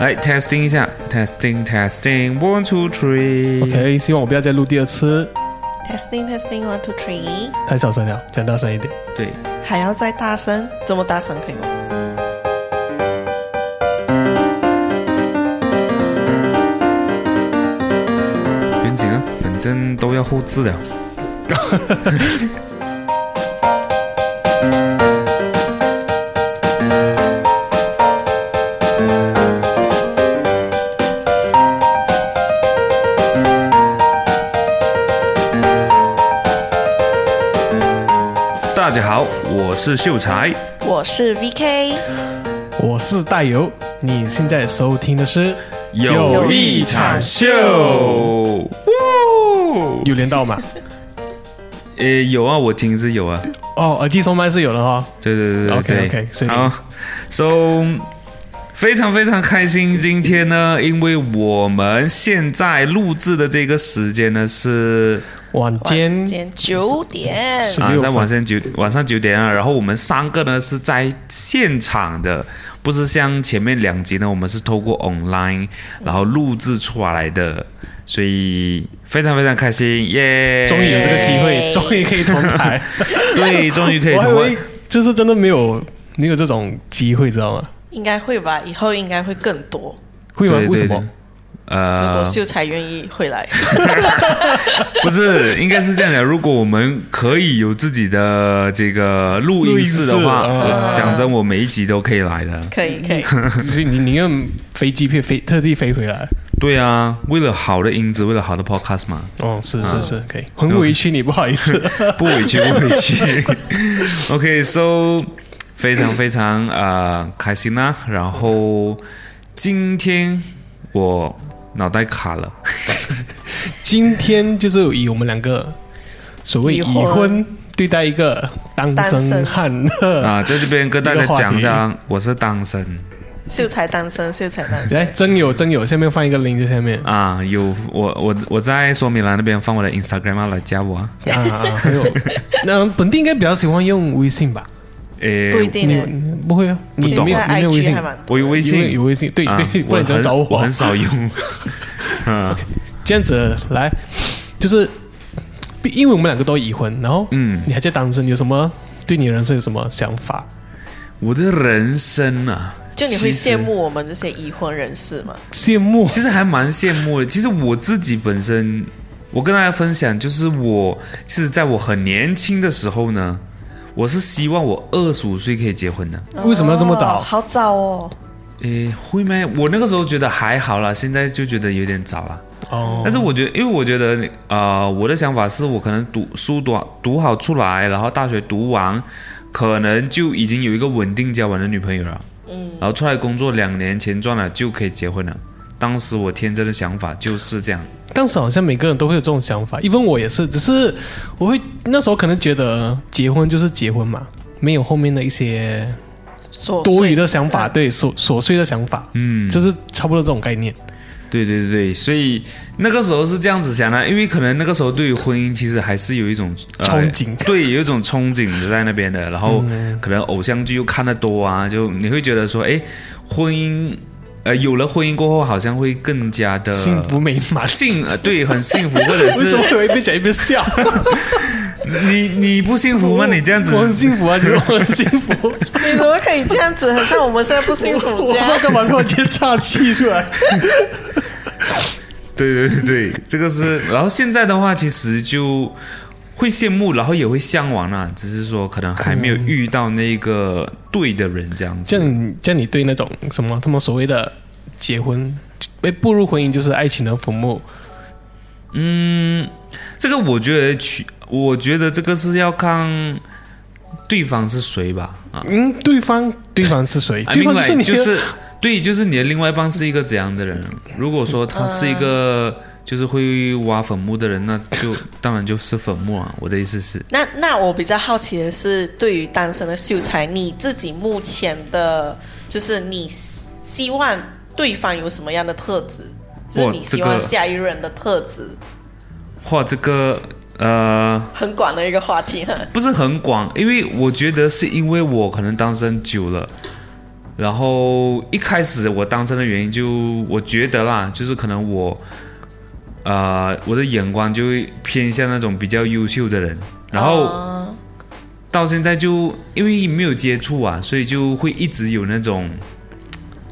来 testing 一下，testing testing，one two three。 OK，希望我不要再录第二次， Testing testing one two three，太小声了，讲大声一点。对，还要再大声，这么大声可以吗？不用紧啊，反正都要后置了。大家好，我是秀才。我是 VK，我是大油，你现在收听的是有一场秀，哇！有连到吗？呃，有啊，我听是有啊， 哦，耳机收麦是有了哈。对对对 OK，对 OK，所以好，so 非常非常开心，今天呢，因为我们现在录制的这个时间呢是晚间晚间九点，是啊， 16在分晚上九晚上九点啊，然后我们三个呢是在现场的，不是像前面两集呢，我们是透过 online 然后录制出来的，所以非常非常开心，耶！终于有这个机会，耶终于可以同台。 对，终哎 于可以我还以通过。为就是真的没有没有这种机会，知道吗？应该会吧？以后应该会更多。会吗对？为什？对么对？呃，如果秀才愿意 会来，不是，应该是这样的。如果我们可以有自己的这个录音室的话，录音室啊我讲真，我每一集都可以来的。可以可以，所以你宁愿飞机票飞特地飞回来？对啊，为了好的音质，为了好的 podcast 嘛，哦，是是啊是，可以。很委屈你，不好意思。不委屈，不委屈。OK，so、非常非常呃开心啦、然后今天我脑袋卡 了，今天就是以我们两个所谓已已婚婚对待一个单身汉的，啊，在这边跟大家讲一下，我是单身秀才单身，秀才 单来身，真有真有，下面放一个 link 在下面啊啊，有我我我在说明栏那边放我的 Instagram 啊来加 我啊。啊，还有，那本地应该比较喜欢用微信吧？诶，不一定你呢。不会啊？你懂没现有在你没有微 IG 信还？蛮多，我有微因为信，有微信，对啊 对，不我然你要很找我很少用。嗯这样子来，就是因为我们两个都已婚，然后嗯，你还在单身，你有什么对你人生有什么想法？我的人生啊，就你其会实羡慕我们这些已婚人士吗？羡慕其实还蛮羡慕的。其实我自己本身，我跟大家分享，就是我其实在我很年轻的时候呢，我是希望我二十五岁可以结婚的。为什么要这么哦早？好早哦，诶，会吗？我那个时候觉得还好啦，现在就觉得有点早了。哦但是我觉得，因为我觉得，呃，我的想法是我可能读书读好读好出来，然后大学读完，可能就已经有一个稳定交往的女朋友了。嗯，然后出来工作两年，钱赚了就可以结婚了。当时我天真的想法就是这样。当时好像每个人都会有这种想法，even 我也是，只是我会那时候可能觉得结婚就是结婚嘛，没有后面的一些琐碎多余的想法，对琐琐碎的想法，嗯，就是差不多这种概念。对对对对，所以那个时候是这样子想的，因为可能那个时候对于婚姻其实还是有一种、呃憧憬 对，有一种憧憬的在那边的。然后可能偶像剧又看得多啊，就你会觉得说，哎，婚姻，呃，有了婚姻过后，好像会更加的幸福美 满幸呃，对，很幸福，或者为什是么我一边讲一边笑？你你不幸福吗？你这样子我很幸福 啊，其实我很幸福。你怎么可以这样子？很像我们现在 不幸福我不这知道样。干嘛突然间岔气出来。对对对，对，这个 是。然后现在的话，其实就会羡慕，然后也会向往啦、只是说可能还没有遇到那个对的人这样子。这样你，这样你对那种什么他们所谓的结婚，被步入婚姻就是爱情的坟墓，嗯，这个我觉得取，我觉得这个是要看对方是谁吧。啊，嗯，对方对方是谁？ I 对 mean 方就是你 like，的就是对，就是你的另外一半是一个怎样的人？如果说他是一 个啊就是会挖坟墓的人，那就当然就是坟墓啊。我的意思是，那那我比较好奇的是，对于单身的秀才，你自己目前的，就是你希望对方有什么样的特质？就是你希这望个下一任的特质，或这个呃，很广的一个话题哈。 不是很广，因为我觉得是因为我可能单身久了，然后一开始我单身的原因就我觉得啦，就是可能我，呃，我的眼光就会偏向那种比较优秀的人，然后啊到现在就因为没有接触啊，所以就会一直有那种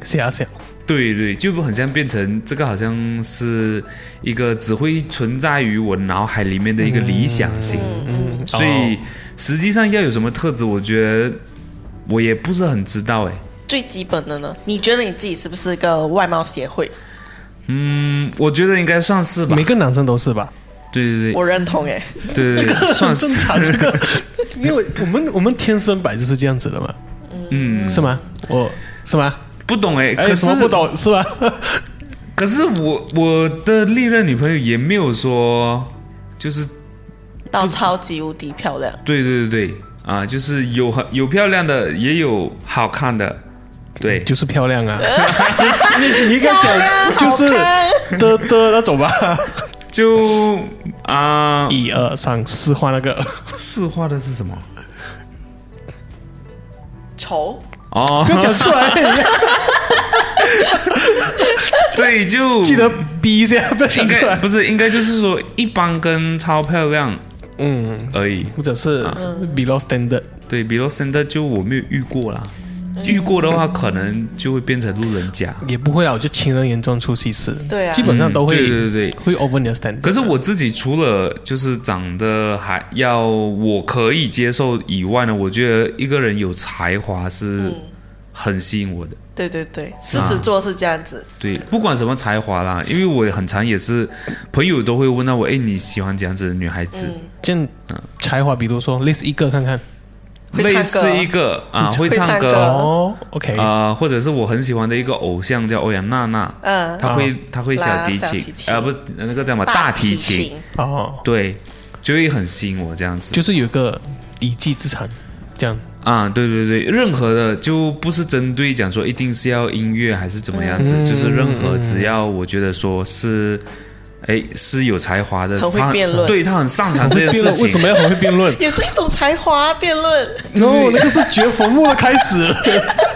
遐想。对对，就很像变成这个，好像是一个只会存在于我脑海里面的一个理想型，嗯，所以实际上要有什么特质，我觉得我也不是很知道哎。最基本的呢？你觉得你自己是不是个外貌协会？嗯，我觉得应该算是吧。每个男生都是 吧？对对对我认同 哎，对对对，算正是常这个， 因为我们我们天生本来就是这样子的嘛，嗯，是吗？我是吗？不懂哎，可哎，什是么不懂是吧？可是我我的历任女朋友也没有说，就是到超级无敌漂亮，对对对对啊，就是有很有漂亮的，也有好看的，对， 就是漂亮啊！你你你应该 讲就好 看是的的那种吧？就啊， 一二三四画那个，四画的是什么？丑哦 不， 要讲出来，对，就记得逼一下，不应要讲出该来。不是应该就是说一般跟超漂亮嗯，而已。或者是 below standard。对，比如现在就我没有遇过啦，遇过的话可能就会变成路人甲。也不会啊，我就情人眼中出西施，对啊基本上都会、嗯对对对会 over 你的 stand。可是我自己除了就是长得还要我可以接受以外呢，我觉得一个人有才华是很吸引我的。对对对，啊狮子座是这样子，对，不管什么才华啦，因为我很常也是朋友都会问到我，哎，你喜欢怎样子的女孩子？这样才华，比如说 list 一个看看，嗯会类唱歌似一个啊， 会会唱唱歌歌哦，OK，、啊、或者是我很喜欢的一个偶像叫欧阳娜娜，啊嗯，她会她会小拉提小琴提，琴啊、不那个叫什么大提提琴，，哦，对，就会很吸引我这样子就是有一个一技之长，这样啊，对对对，任何的就不是针对讲说一定是要音乐还是怎么样子，嗯就是任何只要我觉得说是。哎，是有才华的，很会他辩论对他很擅长这 会件事辩论，情。为什么要很会辩 论也是一种才华啊辩论， ？no，那个是掘坟墓的开始，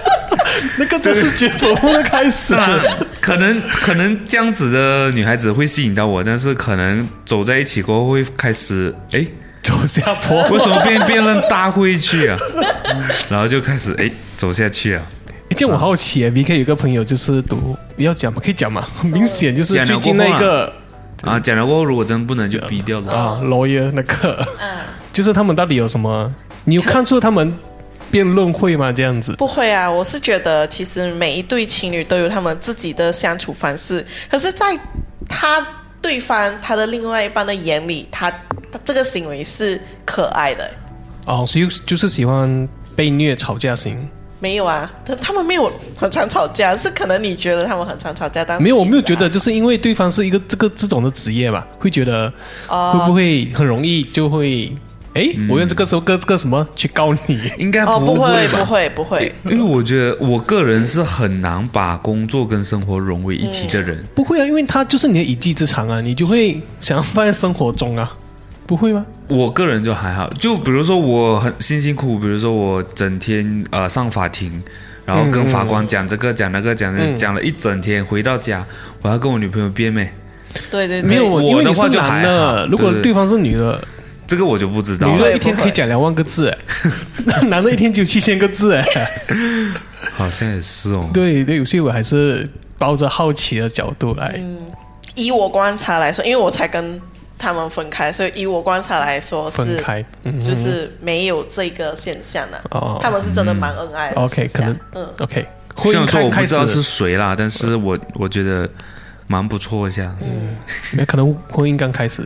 那个就是掘坟墓的开始是。啊，可能可能这样子的女孩子会吸引到我，但是可能走在一起过后会开始，哎，走下坡，为什么变变成大会去啊？然后就开始哎走下去啊。诶哎这样我好奇耶，VK 有个朋友就是读，你要讲吗？可以 讲嘛？很明显就是讲了最近过那后啊个啊，讲了过后如果真不能就逼掉了。啊，lawyer 那个，嗯， 就是他们到底有什么？你有看出他们辩论会吗？这样子，不会啊，我是觉得其实每一对情侣都有他们自己的相处方式，可是，在他对方他的另外一半的眼里，他他这个行为是可爱的。哦，所以就是喜欢被虐吵架型。没有啊， 他他们没有很常吵架，是可能你觉得他们很常吵架，但是没有，我没有其觉实啊得，就是因为对方是一个这个这种的职业吧，会觉得哦会不会很容易就会，哎，嗯我用这个时候个这个什么去告你？应该哦，不不会会吧？不会不会，因为我觉得我个人是很难把工作跟生活融为一体的人。不会啊，因为他就是你的一技之长啊，你就会想要放在生活中啊，不会吗？我个人就还好，就比如说我很辛辛苦苦，比如说我整天呃上法庭，然后跟法官讲这个讲那个讲那个讲了一整天，回到家我要跟我女朋友辩妹，对对对，没有，因哎我为的你话是就还男好的，如果对对对方是女的，这个我就不知道女了的一 天可以讲两万个字，哎， 男的一天只有七千个字，哎，好像也是哦。对对，所以我还是抱着好奇的角度来，嗯以我观察来说，因为我才跟他们分开，所以以我观察来说分是开，嗯就是没有这个现象的、哦他们是真的蛮恩爱的。 ，OK，是可这样能嗯， ，OK，虽婚然姻说我开不开知始道是谁啦，但是我我觉得蛮不错一下。没有可能婚姻刚开始，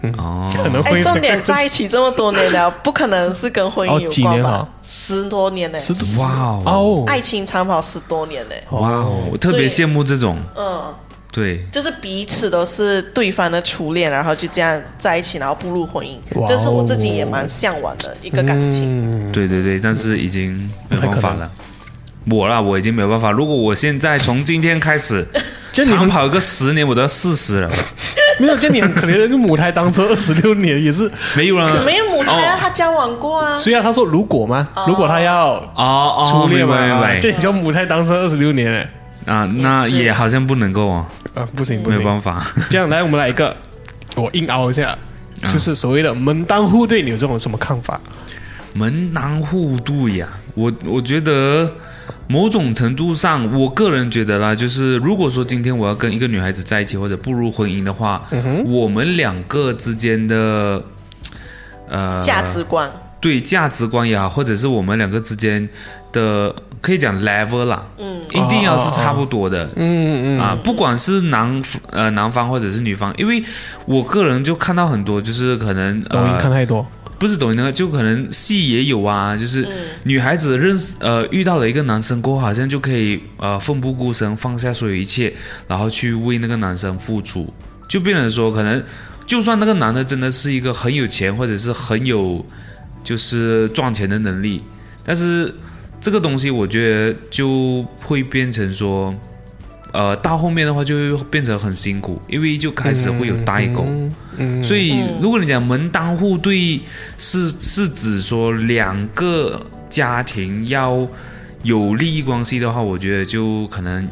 可哦，能婚哎，姻重刚开点始在一起这么多年了，不可能是跟婚姻哦有几关年吧？了十多年呢、是的哇哦哦，爱情长跑十多年呢、哇哦，我特别羡慕这种。嗯，对，就是彼此都是对方的初恋，然后就这样在一起，然后步入婚姻，哇哦这是我自己也蛮向往的一个感情。嗯对对对，但是已经没有办法不太可能了。我啦，我已经没有办法。如果我现在从今天开 始这样你长很跑个十年，我都要四十了， 没有，这样你很可怜的，就母胎单身二十六年也是没有了。 没有母有，他要他交往过啊。虽然他说如果吗？如果他要哦哦，初恋嘛，明啊白这明你叫母胎单身二十六年嘞，白啊，那也是也好像不能够哦，啊，不行不没有行，办法。啊这样来我们来一个，我硬凹一下，就是所谓的门当户对，你有这种什么看法？门当户对呀、我我觉得某种程度上，我个人觉得啦，就是如果说今天我要跟一个女孩子在一起或者步入婚姻的话，嗯我们两个之间的呃价值观，对价值观也好，或者是我们两个之间的可以讲 level 啦，嗯，一定要是差不多的。嗯嗯啊，不管是男呃男方或者是女方，因为我个人就看到很多，就是可能抖音呃看太多，不是抖音那个，就可能戏也有啊，就是女孩子认识呃遇到了一个男生过后，好像就可以呃奋不顾身放下所有一切，然后去为那个男生付出，就变成说可能就算那个男的真的是一个很有钱或者是很有就是赚钱的能力，但是这个东西我觉得就会变成说。呃，到后面的话就会变成很辛苦，因为就开始会有代沟。嗯嗯，所以，如果你讲门当户对是，是指说两个家庭要有利益关系的话，我觉得就可能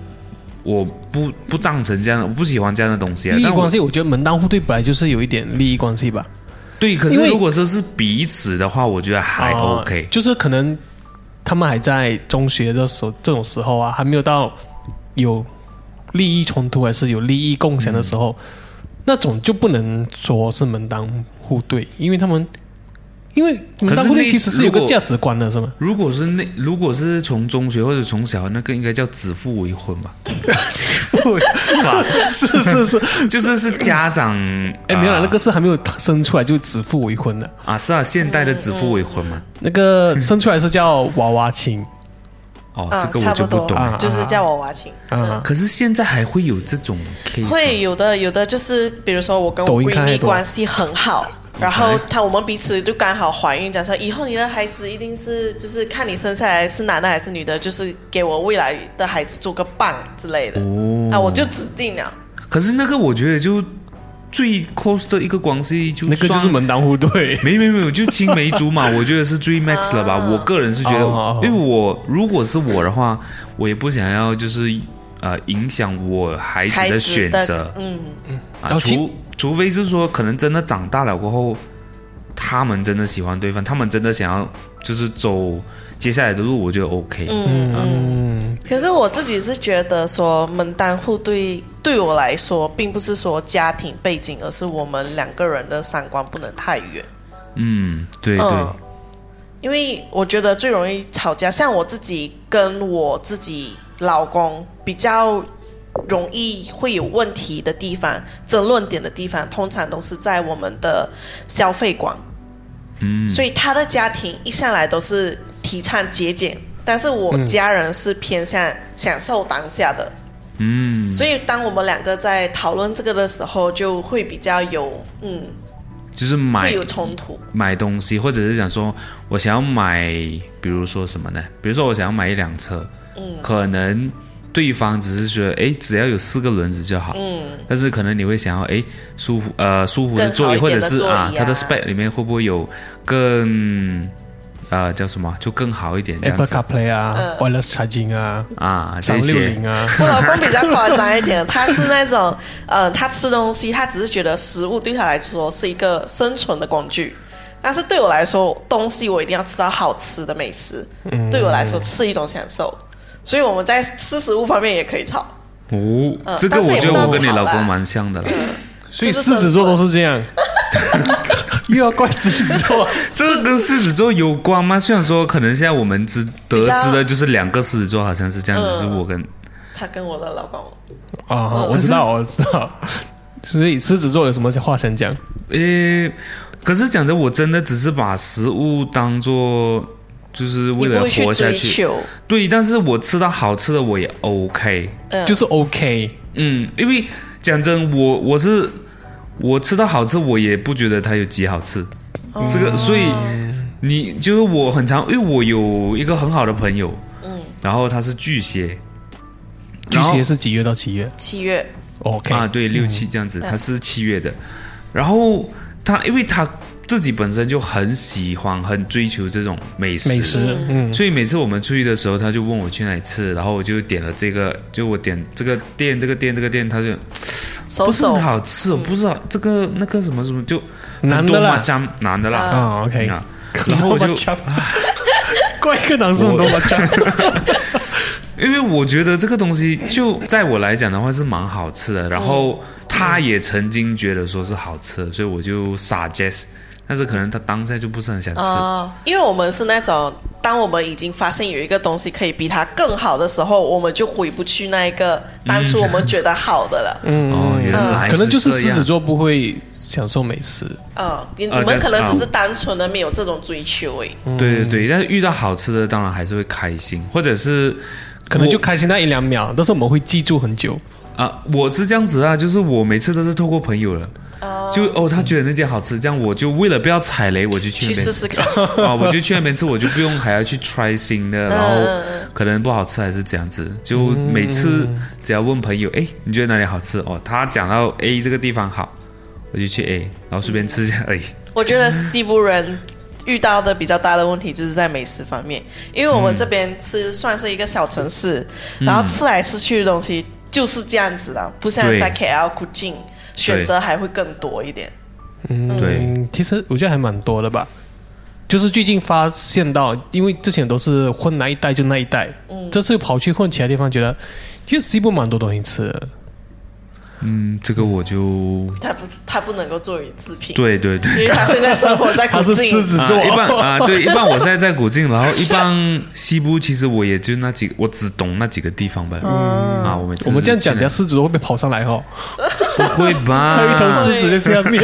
我不不赞成这样的，我不喜欢这样的东西啊。利益但我关系，我觉得门当户对本来就是有一点利益关系吧。对，可因是为如果说是彼此的话，我觉得还哦 OK。就是可能他们还在中学的时候，这种时候啊，还没有到有利益冲突还是有利益共享的时嗯候，那种就不能说是门当户对，因为他们因为门当户对那其实是有如个果价值观的， 是吗？如果是那如果是从中学或者从小，那更应该叫指腹为婚 吧，是吧？ 是 是是，就是是家长哎，没有啦，啊那个是还没有生出来就指腹为婚的，啊是啊，现代的指腹为婚嘛。那个生出来是叫娃娃亲哦，啊嗯这个差我不就不多懂。啊就是叫我娃亲。啊，可是现在还会有这种 case 吗会有的，有的就是比如说我跟我抖音闺看太蜜多关系很好，然后 OK 她我们彼此就刚好怀孕，讲说以后你的孩子一定是就是看你生下来是男的还是女的，就是给我未来的孩子做个伴之类的、哦啊，我就指定了。可是那个我觉得就最 close 的一个关系就那个就是双门当户对。没没没有，就青梅竹马，我觉得是 最 max 了吧。啊我个人是觉得哦哦哦，因为我如果是我的话，我也不想要就是呃影响我孩子孩子的选择嗯，啊，然后其除除非是说可能真的长大了过后，他们真的喜欢对方，他们真的想要就是走接下来的路，我觉得 OK。嗯嗯，可是我自己是觉得说门当户对对我来说，并不是说家庭背景，而是我们两个人的三观不能太远。嗯，对对嗯，，因为我觉得最容易吵架，像我自己跟我自己老公比较容易会有问题的地方、争论点的地方，通常都是在我们的消费观。嗯，所以他的家庭一向来都是提倡节俭，但是我家人是偏向享受当下的。嗯，所以当我们两个在讨论这个的时候，就会比较有嗯，就是买会有冲突。买东西，或者是想说我想要买，比如说什么呢？比如说我想要买一辆车，嗯，可能对方只是觉得，诶，只要有四个轮子就好，嗯，但是可能你会想要，诶，舒服，呃，舒服的更座好一椅，或点者的是座椅啊啊，它的 spec 里面会不会有更，呃，叫什么，就更好一点这样 Apple 子 CarPlay 啊，Wireless Charging 啊，啊，三这六些零啊，我老公比较夸张一点，他是那种，呃，他吃东西，他只是觉得食物对他来说是一个生存的工具，但是对我来说，东西我一定要吃到好吃的美食，嗯对我来说是一种享受，所以我们在吃食物方面也可以吵，哦，嗯这个但是我也觉不啊得能我跟你吵老公啦蛮像的了，嗯所以狮子座都是这样， 又要怪狮子 座。这个跟狮子座有关吗？虽然说可能现在我们知得比较知的就是两个狮子座好像是这样子，嗯就是我跟他跟我的老公，啊，我知道，我知道。所以狮子座有什么话想讲？诶，可是讲真，我真的只是把食物当做就是为你了不会活下追去。求，对，但是我吃到好吃的我也 OK。嗯，就是 OK，嗯，因为讲真，我我是我吃到好吃，我也不觉得它有几好吃。哦这个，所以你就是我很常，因为我有一个很好的朋友，嗯，然后他是巨蟹，巨然后蟹是几月到几月七月， ？OK 啊嗯啊，对，六七这样子，他是七月的，然后他因为他自己本身就很喜欢、很追求这种美食，美食，嗯，所以每次我们出去的时候，他就问我去哪里吃，然后我就点了这个，就我点这个店、这个店、这个店，他就手不是手很好吃，哦，不是好这个那个什么什么就男的啦很多麻酱男的啦，啊，OK，啊然后我 就啊怪一个男生很多麻 将，因为我觉得这个东西就在我来讲的话是蛮好吃的，然后他也曾经觉得说是好吃的，所以我就撒 jazz，但是可能他当下就不是很想吃。哦，因为我们是那种，当我们已经发现有一个东西可以比它更好的时候，我们就回不去那一个当嗯初我们觉得好的了。嗯，哦，原来可能就是这狮样子座不会享受美食，哦啊嗯你你这们样可能只是单纯的没有这种追求诶。对对对，但是遇到好吃的当然还是会开心，或者是可能就我开心那一两秒，但是我们会记住很久。啊、我是这样子啊，就是我每次都是透过朋友了。就哦，他觉得那间好吃，这样我就为了不要踩雷，我就去去那边试试看。啊，我就去那边吃，我就不用还要去 try 新的，然后可能不好吃还是这样子。就每次只要问朋友，哎，你觉得哪里好吃？哦，他讲到 A 这个地方好，我就去 A，然后顺便吃一下而已。 我觉得西部人遇到的比较大的问题就是在美食方面，因为我们这边是算是一个小城市，嗯然后吃来吃去的东西就是这样子的，不像对在 KL 附近选择还会更多一点。对，嗯，其实我觉得还蛮多的吧。就是最近发现到，因为之前都是混那一代就那一代，这次跑去混其他地方，觉得其实西部蛮多东西吃的。嗯，这个我就他不是，他不能够作为自评，对对对。因为他现在生 活在古他是晋狮子啊座，一般啊，对，一般我现在在古晋，然后一般西部，其实我也就那几，我只懂那几个地方吧。嗯啊，我们我们这样讲，等下的狮子座会不会跑上来哦？不 会吧？还有一头狮子在下面。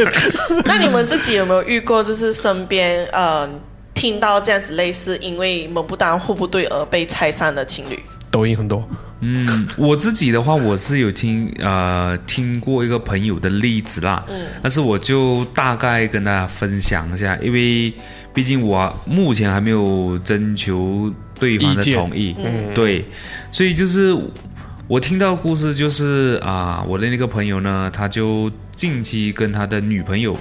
那你们自己有没有遇过，就是身边呃听到这样子类似因为门不当户不对而被拆散的情侣？抖音很多，嗯，我自己的话，我是有听呃听过一个朋友的例子啦，嗯，但是我就大概跟大家分享一下，因为毕竟我目前还没有征求对方的意见同意，嗯对，所以就是我听到的故事就是啊、我的那个朋友呢，他就近期跟他的女朋友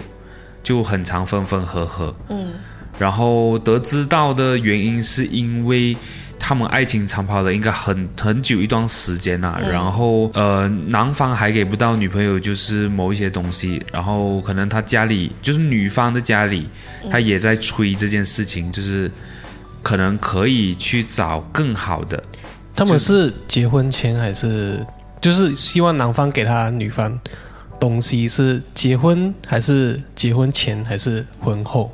就很常分分合合，嗯，然后得知到的原因是因为他们爱情长跑了应该很很久一段时间啦、嗯然后呃，男方还给不到女朋友就是某一些东西，然后可能他家里就是女方的家里，嗯他也在催这件事情，就是可能可以去找更好的，他们是结婚前还是就是希望男方给他女方东西是结婚还是结婚前还是婚后？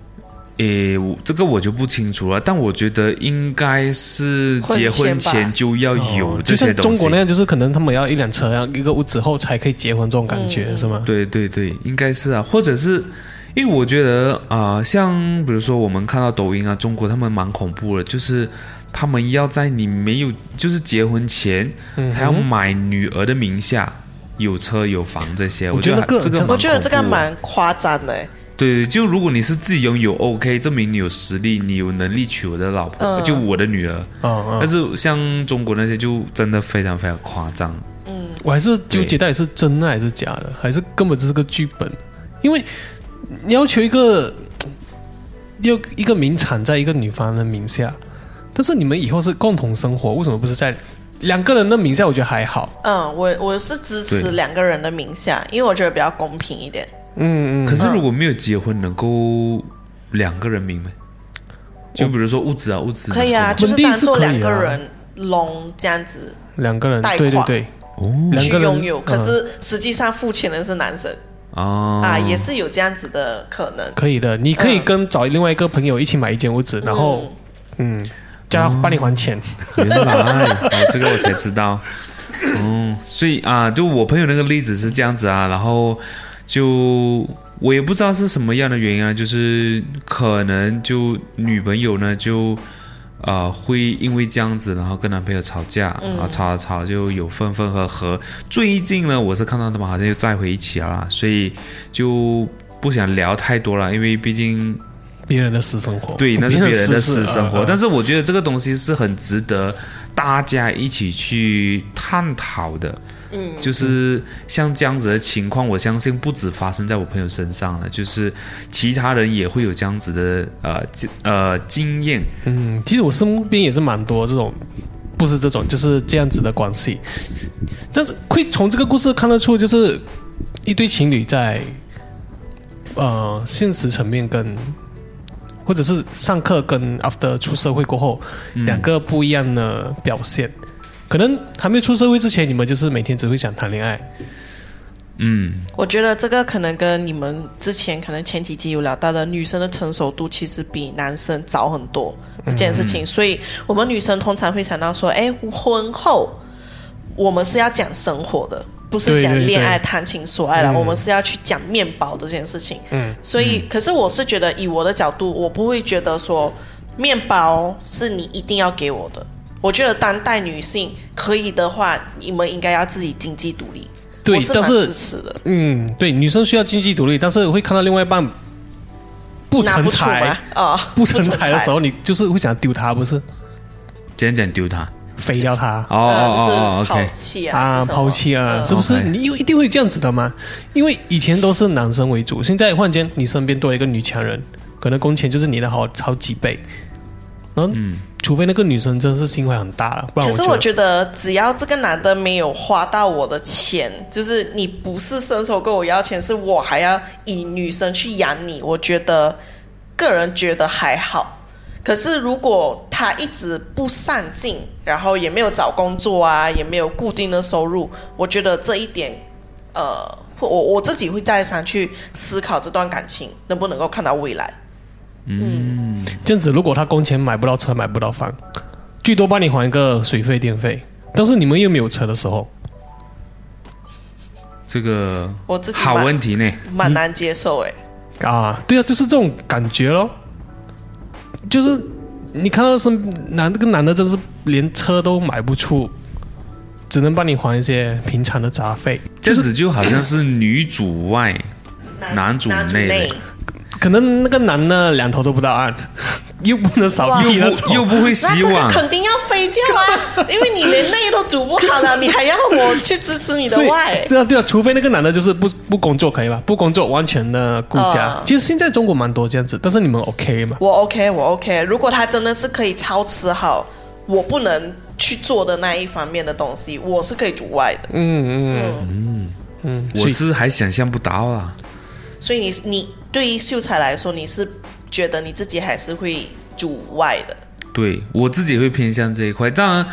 诶，我这个我就不清楚了，但我觉得应该是结婚婚前吧前就要有哦就这些像东中西。国那样，就是可能他们要一辆车，要一个屋子后才可以结婚，这种感嗯觉、是吗？对对对，应该是啊，或者是因为我觉得啊、呃像比如说我们看到抖音啊，中国他们蛮恐怖的，就是他们要在你没有就是结婚前，嗯他嗯要买女儿的名下。有车有房这些，我我觉觉得得个人这个上蛮我觉得这个恐怖的蛮夸张的欸，对对，就如果你是自己拥有哦 OK，证明你有实力，你有能力娶我的老婆，就我的女儿。嗯嗯，但是像中国那些就真的非常非常夸张，我还是纠结到底是真的还是假的，还是根本只是个剧本。因为你要求一个要一个名产在一个女方的名下，但是你们以后是共同生活，为什么不是在两个人的名下？我觉得还好。嗯，我我是支持对两个人的名下，因为我觉得比较公平一点。嗯嗯，可是如果没有结婚，能够两个人名吗？就比如说物质啊，物质可以啊，能够就吗是当做两个本地是可以啊人拢这样子两个人，贷对对款对，哦两去个人拥有，可嗯是实际上付钱的是男生啊哦啊，也是有这样子的可能。可以的。你可以嗯跟找另外一个朋友一起买一间屋子，然后嗯，叫他帮你还钱。原来哦，这个我才知道。哦，所以啊，就我朋友那个例子是这样子啊，然后就我也不知道是什么样的原因啊，就是可能就女朋友呢就。呃，会因为这样子，然后跟男朋友吵架，然后吵啊吵就有分分合合。最近呢，我是看到他们好像又再回一起了啦，所以就不想聊太多了，因为毕竟别人的私生活，对，那是别人的私事生活。嗯嗯但是我觉得这个东西是很值得大家一起去探讨的。嗯，就是像这样子的情况，我相信不止发生在我朋友身上了，就是其他人也会有这样子的呃经呃经验。嗯，其实我身边也是蛮多这种，不是这种，就是这样子的关系。但是会从这个故事看得出，就是一对情侣在呃现实层面跟或者是上课跟 after 出社会过后、两个不一样的表现。可能还没出社会之前，你们就是每天只会想谈恋爱，嗯，我觉得这个可能跟你们之前可能前几集有聊到的，女生的成熟度其实比男生早很多这件事嗯情，所以我们女生通常会想到说，哎，婚后我们是要讲生活的，不是讲对嗯对对恋爱、谈情说爱了，我们是要去讲面包这件事情。嗯，所以、可是我是觉得，以我的角度，我不会觉得说面包是你一定要给我的。我觉得当代女性可以的话，你们应该要自己经济独立。对我是但蛮是支持的。嗯，对，女生需要经济独立，但是会看到另外一半不拿成不出才吗，？哦， 不成才的时候，你就是会想丢他，不是今天讲丢他，飞掉 他哦不哦哦成才，呃哦就是抛，OK，弃啊，抛弃啊，是不是？ OK 你又一定会这样子的吗？因为以前都是男生为主，现在忽然间你身边多了一个女强人，可能工钱就是你的好好几倍，然后除非那个女生真的是心怀很大了，不然可我是觉我得觉得，只要这个男的没有花到我的钱，就是你不是伸手跟我要钱，是我还要以女生去养你，我觉得个人觉得还好。可是如果他一直不上进，然后也没有找工作啊，也没有固定的收入，我觉得这一点，呃，会我我自己会再三去思考这段感情能不能够看到未来。这样子，如果他工钱买不到车，买不到房，最多帮你还个水费电费，但是你们又没有车的时候，这个我自己好蛮问题呢。蛮难接受哎、啊，对啊，就是这种感觉咯，就是你看到是男那个男的，真是连车都买不出，只能帮你还一些平常的杂费，这样子就好像是女主 外，男主男主内内的，可能那个男的两头都不到岸， 又不能扫又地那不种，又不会 那洗这个碗，肯定要飞掉 啊，因为你连内都煮不好了，你还要我去支持你的所以外？对啊对啊，除非那个男的就是不不工作可以吧？不工作完全的顾家。嗯其实现在中国蛮多这样子，但是你们 OK 吗？我 OK，我 OK。如果他真的是可以操持好我不能去做的那一方面的东西，我是可以主外的。嗯嗯嗯，所我以是还想象不到啊。所以你你对于秀才来说，你是觉得你自己还是会主外的。对我自己会偏向这一块，当然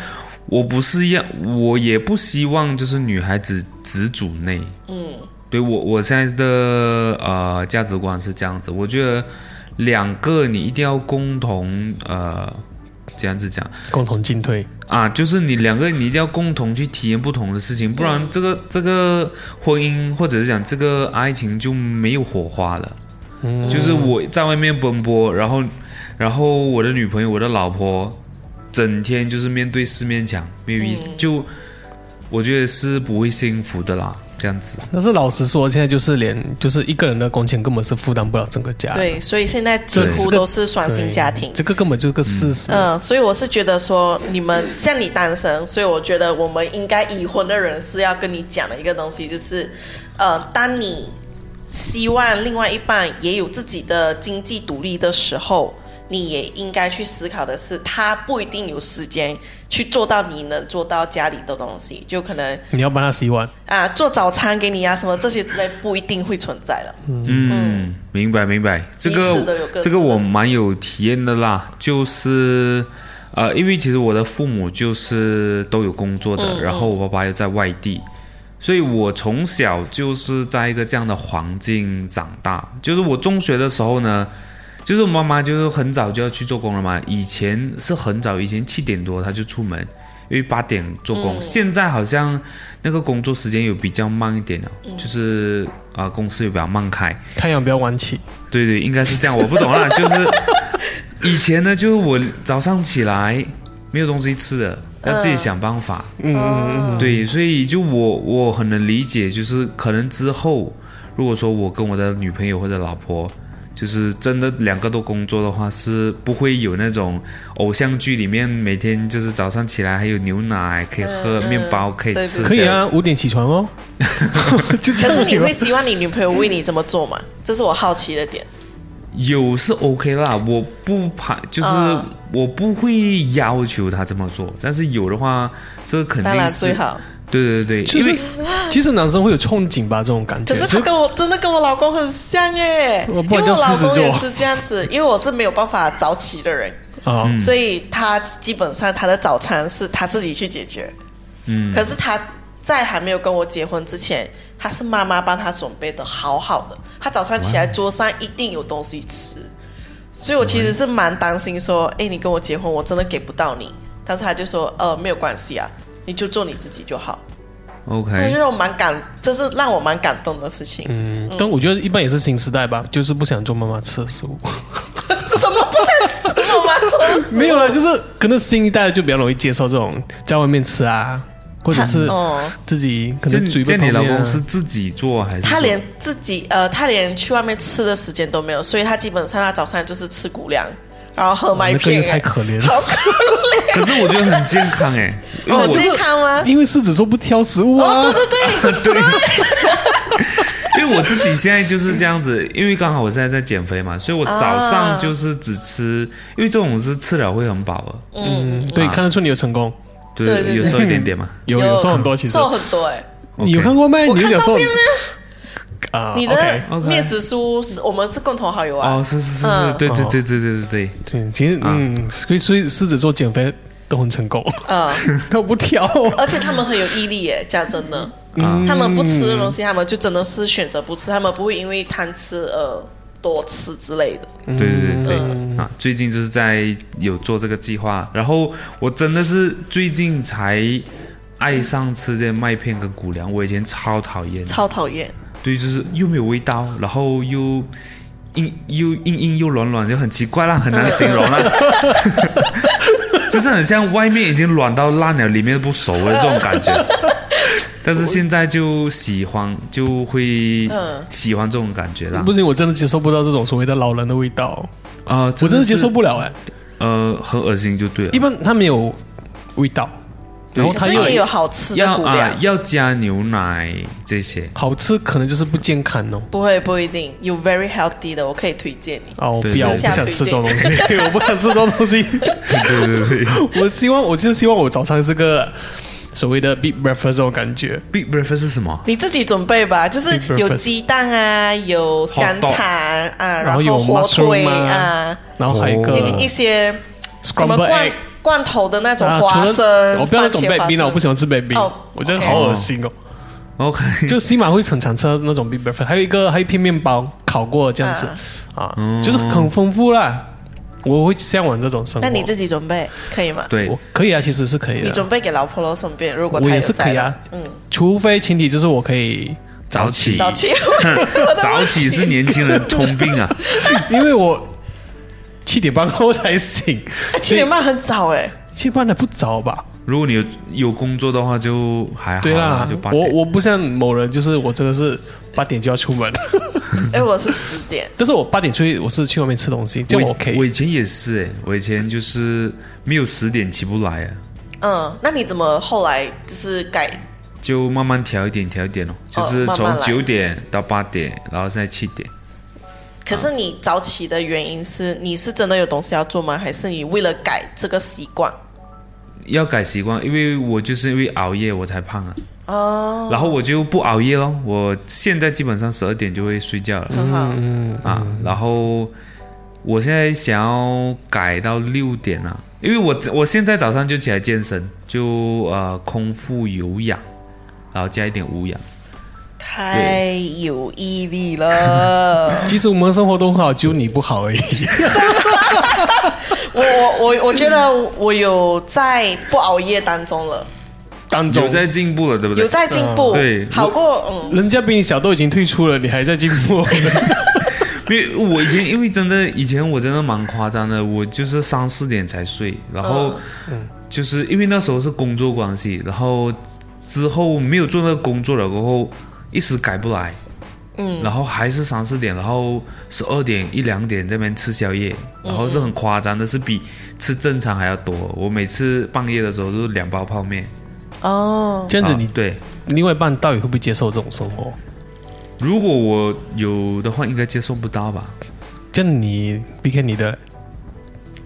我不是要，我也不希望就是女孩子只主内。嗯，对我我现在的呃价值观是这样子，我觉得两个你一定要共同呃这样子讲共同进退。啊，就是你两个你一定要共同去体验不同的事情，不然这个这个婚姻或者是讲这个爱情就没有火花了。就是我在外面奔波，然后然后我的女朋友、我的老婆，整天就是面对四面墙，没有意思，就我觉得是不会幸福的啦，这样子。但是老实说，现在就是连就是一个人的工钱根本是负担不了整个家。对，所以现在几对，乎都是双薪家庭对。这个根本就是个事实。嗯，所以我是觉得说，你们像你单身，所以我觉得我们应该已婚的人是要跟你讲的一个东西，就是，呃，当你希望另外一半也有自己的经济独立的时候，你也应该去思考的是，他不一定有时间去做到你能做到家里的东西，就可能你要帮他洗碗，啊、做早餐给你啊什么这些之类不一定会存在了。嗯，明白明白，这彼此都有各个自这个我的事情蛮有体验的啦，就是呃，因为其实我的父母就是都有工作的，嗯然后我爸爸又在外地，所以我从小就是在一个这样的环境长大。就是我中学的时候呢，就是我妈妈就是很早就要去做工了嘛，以前是很早，以前七点多她就出门。因为八点做工，嗯现在好像那个工作时间有比较慢一点了，嗯就是啊、公司有比较慢开，太阳不要晚起。对对，应该是这样，我不 懂啦。就是以前呢，就是我早上起来没有东西吃的，要自己想办法。嗯哦嗯嗯对，所以就我我很能理解，就是可能之后如果说我跟我的女朋友或者老婆就是真的两个都工作的话，是不会有那种偶像剧里面每天就是早上起来还有牛奶可以喝，面包可以嗯对吃，可以啊，五点起床哦。就这可样是你有会希望你女朋友为你这么做吗？这是我好奇的点。有是 OK 啦，我不排，就是嗯我不会要求他这么做，但是有的话，这肯当定然是最好。对对对，就因是为其实男生会有憧憬吧，这种感觉。可是他跟我真的跟我老公很像哎，我因不为然我叫老狮子公座也是这样子， 因为我是没有办法早起的人，啊，所以他基本上他的早餐是他自己去解决。嗯，可是他在还没有跟我结婚之前，他是妈妈帮他准备的好好的，他早上起来桌上一定有东西吃，所以我其实是蛮担心说，哎，你跟我结婚，我真的给不到你。但是他就说，呃，没有关系啊，你就做你自己就好。哎我觉 OK，得我蛮感，这是让我蛮感动的事情。嗯，但我觉得一般也是新时代吧，就是不想做妈妈吃的食物。 什么不想吃我妈做？没有啦，就是可能新一代就比较容易接受这种在外面吃啊，或者是哦，自己可这能你嘴这巴你老旁边啊公是自己做还是他说连自己呃，他连去外面吃的时间都没有，所以他基本上他早上就是吃谷粮，然后喝麦哦那个片、又哎太可怜了。好可怜。可是我觉得很健康哎、 因为哦我健康吗？因为狮子座不挑食物啊，哦，对对对，因为我自己现在就是这样子，因为刚好我现在在减肥嘛，所以我早上就是只吃，因为这种是吃了会很饱的，嗯，对，啊看得出你有成功，对对对有瘦一点点嘛。有有瘦很多，其实瘦很多哎、你有看过麦？我你有看点照瘦片呢，啊你？OK，的 OK 面子书是我们是共同好友啊。哦，是是是是嗯，对对对对对对对，对，其实嗯，所以所以狮子座减肥都很成 功，嗯，他不挑啊，而且他们很有毅力耶，讲真的，嗯他们不吃的东西，他们就真的是选择不吃，他们不会因为贪吃而多吃之类的。嗯对对对对、啊！最近就是在有做这个计划，然后我真的是最近才爱上吃这些麦片跟谷粮，我以前超讨厌，超讨厌。对，就是又没有味道，然后又硬又硬硬又软软，就很奇怪啦，很难形容啦。就是很像外面已经软到烂了，里面不熟的这种感觉。但是现在就喜欢，就会嗯喜欢这种感觉啦 不。行，我真的接受不到这种所谓的老人的味道，啊、我真的接是受，不了哎。呃，很恶心就对了一。般它没有味道，对然后可它是又也有好吃 的要谷啊、粮，要加牛奶这些。 好吃，可能就是不健康哦。不会不一定有 very healthy 的，我可以推荐你。哦，我对不要，我私不下想推吃这荐种东西， 我不想吃这种东西。 对对对对我希望，我就是希望我早上是个所谓的 big breakfast 这种感觉。 ，Big breakfast 是什么？你自己准备吧，就是 Big breakfast 有鸡蛋啊，有香 Hot dog 肠啊，然后有后火腿 mushroom 啊啊，然后还有一哦个一些什么 scramble 罐 egg 罐头的那种啊，花除了生，我不要那种番茄 b a 花 b y 生我不喜欢吃 b a b y 哦我觉得 OK 好恶心哦。 OK，就西马会很常吃那种 big breakfast，还有一个还有一片面包烤过这样子嗯啊，嗯就是很丰富啦。我会向往这种生活。那你自己准备可以吗？，对，我可以啊，其实是可以你的准。备给老婆咯，顺便如果我她也有是可在以的啊话，嗯，除非前提就是我可以早起早起 嗯 早起是年轻人通病啊。因为我七点半后才醒， 七点半很早哎，七点半还不早吧？如果你有有工作的话，就还好啊对啦就八，我点。我不像某人，就是我真的是八点就要出门， 哎，我是十点，但是我八点出去，我是去外面吃东西，这以样我 OK 我以前也是哎、我以前就是没有十点起不来啊，嗯，那你怎么后来就是改就慢慢调一点调一点哦，就是慢慢从来九点到八点，然后现在七点。可是你早起的原因是你是真的有东西要做吗？还是你为了改这个习惯？要改习惯，因为我就是因为熬夜我才胖啊，哦，然后我就不熬夜咯，我现在基本上十二点就会睡觉了、很好，啊，然后我现在想要改到六点啊，因为我我现在早上就起来健身，就呃空腹有氧，然后加一点无氧。太有毅力了。其实我们生活都很好，只有你不好而已。 我我我我觉得我有在不熬夜当中了，当有中在进步了，对不对？有在进步，嗯对好过嗯。人家比你小都已经退出了，你还在进步，因为我以前，因为真的以前我真的蛮夸张的，我就是三四点才睡，然后嗯就是因为那时候是工作关系，然后之后没有做那个工作了过后，一时改不来，嗯，然后还是三四点，然后十二点一两点这边吃宵夜，嗯然后是很夸张的，是比吃正常还要多。我每次半夜的时候都是两包泡面。哦，这样子你啊对，另外一半到底会不会接受这种生活？如果我有的话，应该接受不到吧？这样你 B K 你的，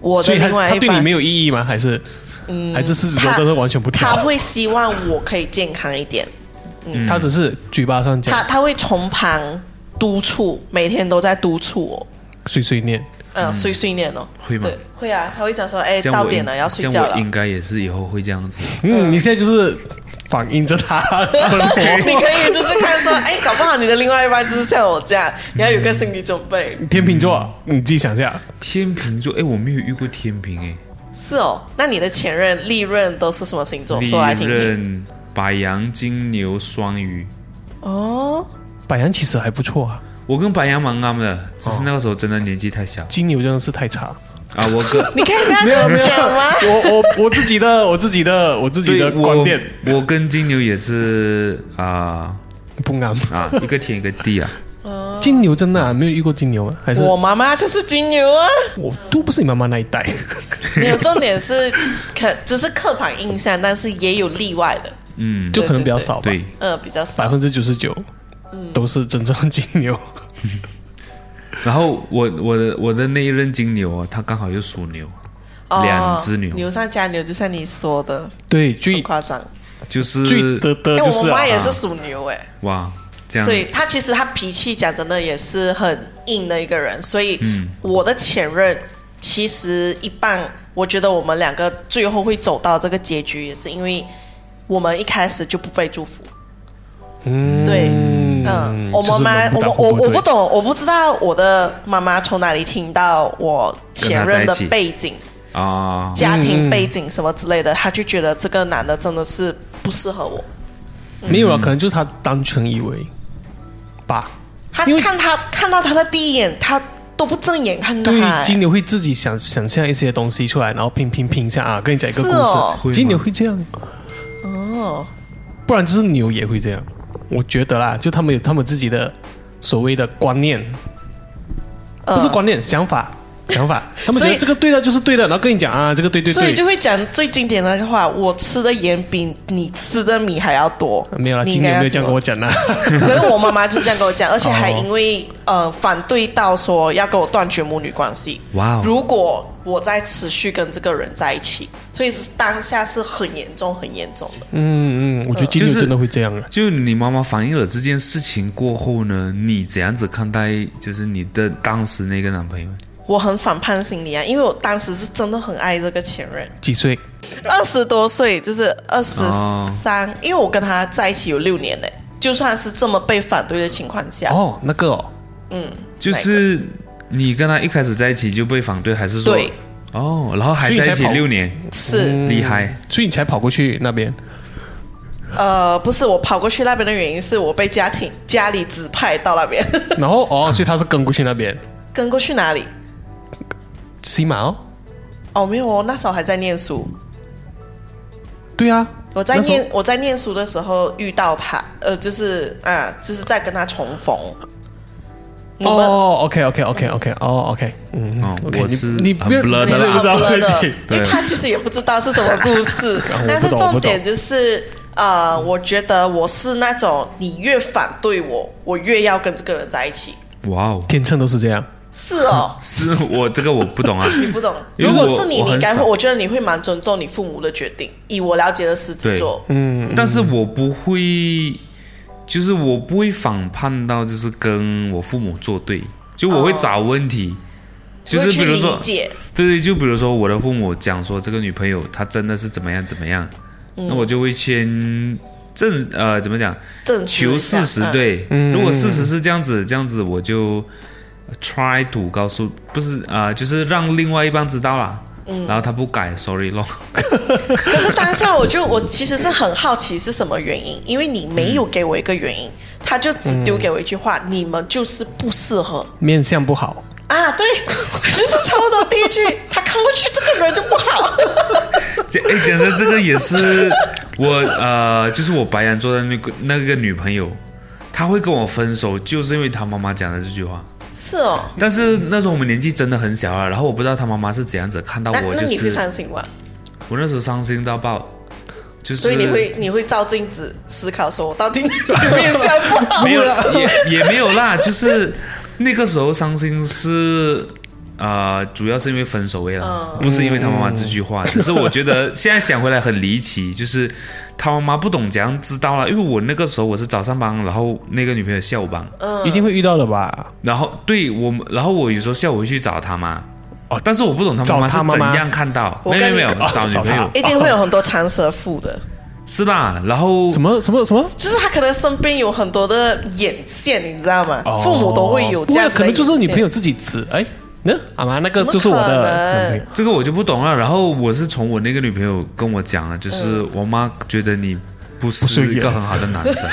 我所的以他另外他一对你半嗯没，有意义吗？还是还是狮子座他真是完全不他挑？会希望我可以健康一点，他只是嘴巴上他讲他会从旁督促，每天都在督促我，碎碎念，嗯，碎碎念哦，会吗对，会啊，他会讲说，哎，这样到我点应了，要睡这觉样我了。应该也是以后会这样子。嗯，你现在就是反映着他生 你活。可以就是看说，哎，搞不好你的另外一半就是像我这样，你要有个心理准备。天秤座，你自己想一下，天秤座，哎，我没有遇过天秤，哎，是哦，那你的前任、历任都是什么星座？说来利听听。刃、白羊、金牛、双鱼。哦，百羊其实还不错啊，我跟白羊蛮啱的，只是那个时候真的年纪太 小、金牛真的是太差。啊。我跟你可以跟他有，讲吗？我我我自己的我自己的我自己对的观我点我跟金牛也是啊不安。 啊，一个天一个地啊。金牛真的啊没有遇过金牛啊，还是我妈妈就是金牛啊。我都不是你妈妈那一 代。没有，重点是可只是刻板印象，但是也有例外的，嗯，就可能比较少吧，对，呃，比较百少。分之九十九嗯都是真正的金牛。然后我我的我的那一任金牛啊，他刚好又属牛，哦两只牛牛上加牛，就像你说的， 对，很最夸张。就是 最得得就因为是哎我啊妈，也是属牛哎、哇，这样所以她其实她脾气讲真的也是很硬的一个人，所以嗯我的前任其实一半，我觉得我们两个最后会走到这个结局，也是因为我们一开始就不被祝福。嗯对嗯嗯，我妈妈，就是我门不当户我不我对不懂，我不知道我的妈妈从哪里听到我前任的背景、啊，家庭背景什么之类的，她就觉得这个男的真的是不适合我。没有啊，可能就是他单纯以为吧。她因为看他看到他的第一眼，她都不正眼看对他，，金牛会自己想想象一些东西出来，然后拼拼拼一下啊，跟你讲一个故是哦事。会吗金牛会这样，哦，不然就是牛也会这样。我觉得啦，就他们有他们自己的所谓的观念，嗯不是观念，想法，想 法。他们觉所得以这个对的就是对的，然后跟你讲啊，这个对对所以就对。会讲最经典的那句话：我吃的盐比你吃的米还要多。啊没有啦，你金应该牛要没有这样怎么跟我讲啦。 可是我妈妈就是这样跟我讲，而且还哦因为呃反对到说要跟我断绝母女关系。哇哦如果我再持续跟这个人在一起，所以是当下是很严重、很严重的。嗯嗯，我觉得金就牛是真的会这样啊。就你妈妈反映了这件事情过后呢，你怎样子看待就是你的当时那个男朋友？我很反叛心理啊，因为我当时是真的很爱这个前任，几岁？二十多岁就是二十哦三，因为我跟他在一起有六年嘞，就算是这么被反对的情况下，哦，那个哦，嗯，就是你跟他一开始在一起就被反对，还是说对哦，然后还在一所以你起才跑六年，是。厉害嗯所以你才跑过去那边。呃，不是，我跑过去那边的原因是我被家庭家里指派到那边， 然后哦，所以他是跟过去那边，跟过去哪里？西马哦，哦，没有，我那时候还在念书，对啊，我在那时候念我在念书的时候遇到他，呃，就是啊，就是在跟他重逢。我们、哦，OK OK OK OK，哦 OK，嗯哦 OK，我是你你不很要 blur 你的是啦不知道很 blur 的自己因为他其实也不知道是什么故事 我不，但是懂我不重懂点就是。呃，我觉得我是那种你越反对我，我越要跟这个人在一起。哇哦！天秤都是这样，是哦，是我这个我不 懂啊，你不懂。因为如果我是你，我你很应该会，少我觉得你会蛮尊重你父母的决定。以我了解的狮子对座，嗯，但是我不会，就是我不会反叛到就是跟我父母作对，就我会找问题，就哦会是去比如说理，解，对对，就比如说我的父母讲说这个女朋友她真的是怎么样怎么样，嗯那我就会先证呃怎么讲证实求一下事实，嗯对，如果事实是这样子，这样子我就 try to 告诉不是啊、呃就是让另外一半知道啦。嗯然后他不改，sorry 咯。 可是当下我就我其实是很好奇是什么原因，因为你没有给我一个原 因，他就只丢给我一句话：你们就是不适嗯合面相不好，啊！对， 就是差不多第 一句，他看过去这个人就不好。这哎，讲真，这个也是我呃，就是我白羊座的那个那个女朋友，他会跟我分手，就是因为他妈妈讲的这句话。是哦，但是那时候我们年纪真的很小啊，然后我不知道他妈妈是怎样子看到那我，那就你会是伤心吗？我那时候伤心到爆，就是所以你会你会照镜子思考，说我 到底有面相不好没有了？也 也没有啦，就是那个时候伤心是。呃，主要是因为分手为了，不是因为他妈妈这句话。只是我觉得现在想回来很离奇，就是他妈妈不懂怎样知道了，因为我那个时候我是早上班，然后那个女朋友下午班，嗯一定会遇到的吧？然后对我们，然后我有时候下午会去找他妈，哦但是我不懂他妈妈是找他妈怎妈样看到，我没有跟你没有哦找女找朋友他 一定会有很多长舌妇的，是啦，然后什么什么什么？就是他可能身边有很多的眼线，你知道吗？哦父母都会有这样不会啊子可的能就是女眼线朋友自己指，哎，那阿妈那个怎么就是我的可嗯能男朋友。这个我就不懂了。然后我是从我那个女朋友跟我讲了，就是嗯我妈觉得你不不是是一人个很好的男 生，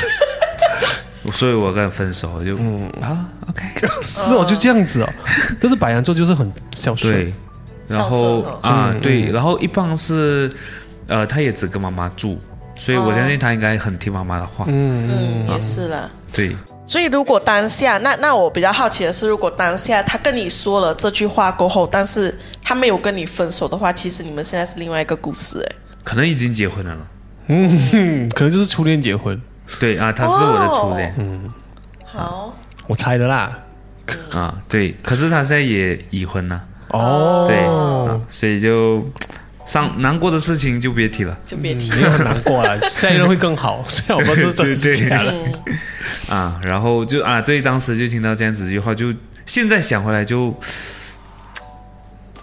所以我跟她分手，我就嗯啊，OK， 是嗯哦，就这样 子哦。但是白羊座就是很孝顺对，，然后孝顺哦啊嗯对，然后一般是呃，她也只跟妈妈住，所以我相信她应该很听妈妈的话，嗯，也是啦。对。所以，如果当下，那那我比较好奇的是，如果当下他跟你说了这句话过后，但是他没有跟你分手的话，其实你们现在是另外一个故事，哎，可能已经结婚了了，嗯， 可能就是初恋结婚，对啊，她是我的初哦恋、嗯好，我猜的啦。啊，对，可是她现在也已婚了，哦，对、啊，所以就伤难过的事情就别提了。就别提。没有嗯很难 过啦，下一任会更好。虽然我不知道是真对是对假的，嗯啊，然后就啊，对，当时就听到这样子一句话，就现在想回来就，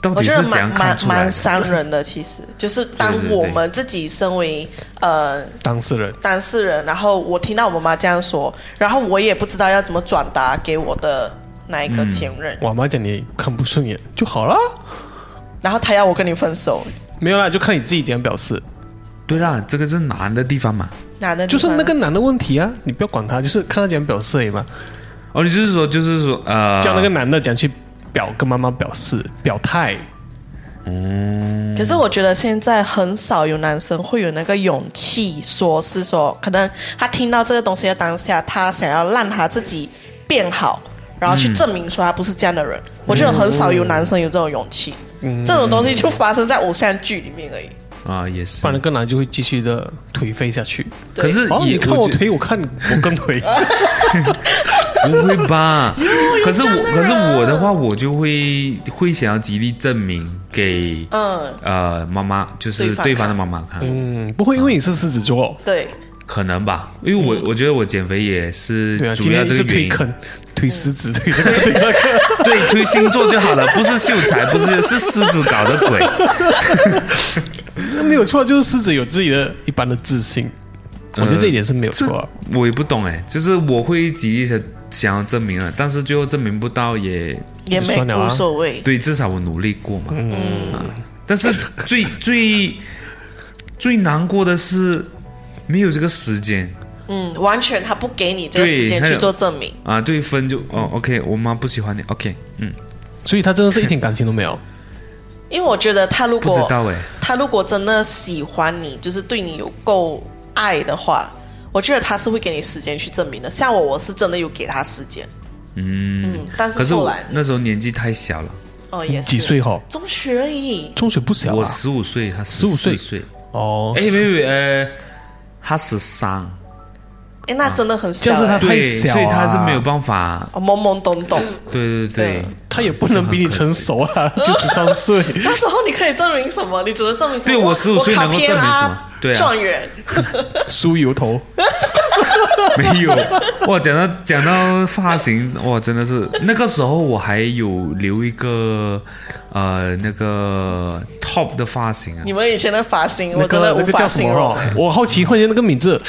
到我底觉是得怎样蛮看蛮出来蛮的？伤人的，其实就是当对对对我们自己身为呃当事人当事人，然后我听到我妈妈这样说，然后我也不知道要怎么转达给我的那一个前任，我妈讲你看不顺眼就好啦，然后他要我跟你分手，没有啦，就看你自己怎样表示。对啦，这个是难的地方嘛。男的就是那个男的问题啊，你不要管他，就是看他怎样表示而已嘛。哦，你就是说，就是说，呃，叫那个男的讲去表跟妈妈表示表态，可是我觉得现在很少有男生会有那个勇气，说是说，可能他听到这个东西的当下，他想要让他自己变好，然后去证明说他不是这样的人。我觉得很少有男生有这种勇气，嗯这种东西就发生在偶像剧里面而已。啊，也是不然，那个男就会继续的颓废下去。对可是嗯也、哦，你看我觉腿，我看我更腿，不会 吧？可是我，这样的可是人啊我的话，我就会会想要极力证明给嗯，呃妈妈，就是对方对方的看妈妈看，嗯，不会，因为你是狮子座，对，可能吧？因为我、嗯我觉得我减肥也是对啊，主今要天一这直个原推因。坑，推狮子，推这个推那个， 对，推星座就好了，不是秀才，不是是狮子搞的鬼这没有错，就是狮子有自己的一般的自信，嗯我觉得这一点是没有错啊。我也不懂哎，就是我会极力想想要证明了，但是最后证明不到也也没算了啊无所谓。对，至少我努力过嘛。嗯、但是最最最难过的是没有这个时间嗯，完全他不给你这个时间对去做证明。啊，对分就哦，OK，我妈不喜欢你，OK，嗯，所以他真的是一点感情都没有。因为我觉得他如不果知道哎，他如果真的喜欢你，就是对你有够爱的话，我觉得他是会给你时间去证明的。像我，我是真的有给他时间，嗯但可是是后我来那时候年纪太小了，哦也是几岁吼？中学而已，中学不小我啊。十五岁，她15岁14岁，哦，哎，没有没有，呃，她十三。哎，那真的很小、就是他哎太对，小啊所以他是没有办法。哦懵懵懂懂，对对对对，他也不能比你成熟啊，就十三岁。那时候你可以证明什么？你只能证明什么？对我我15岁我考能够偏证明啊什么对啊状元，梳油头，没有。哇，讲到讲到发型，哇，真的是那个时候我还有留一个呃那个 top 的发型啊，你们以前的发型，那我真个的那无个法叫什形么容哦。？我好奇，忽然间那个名字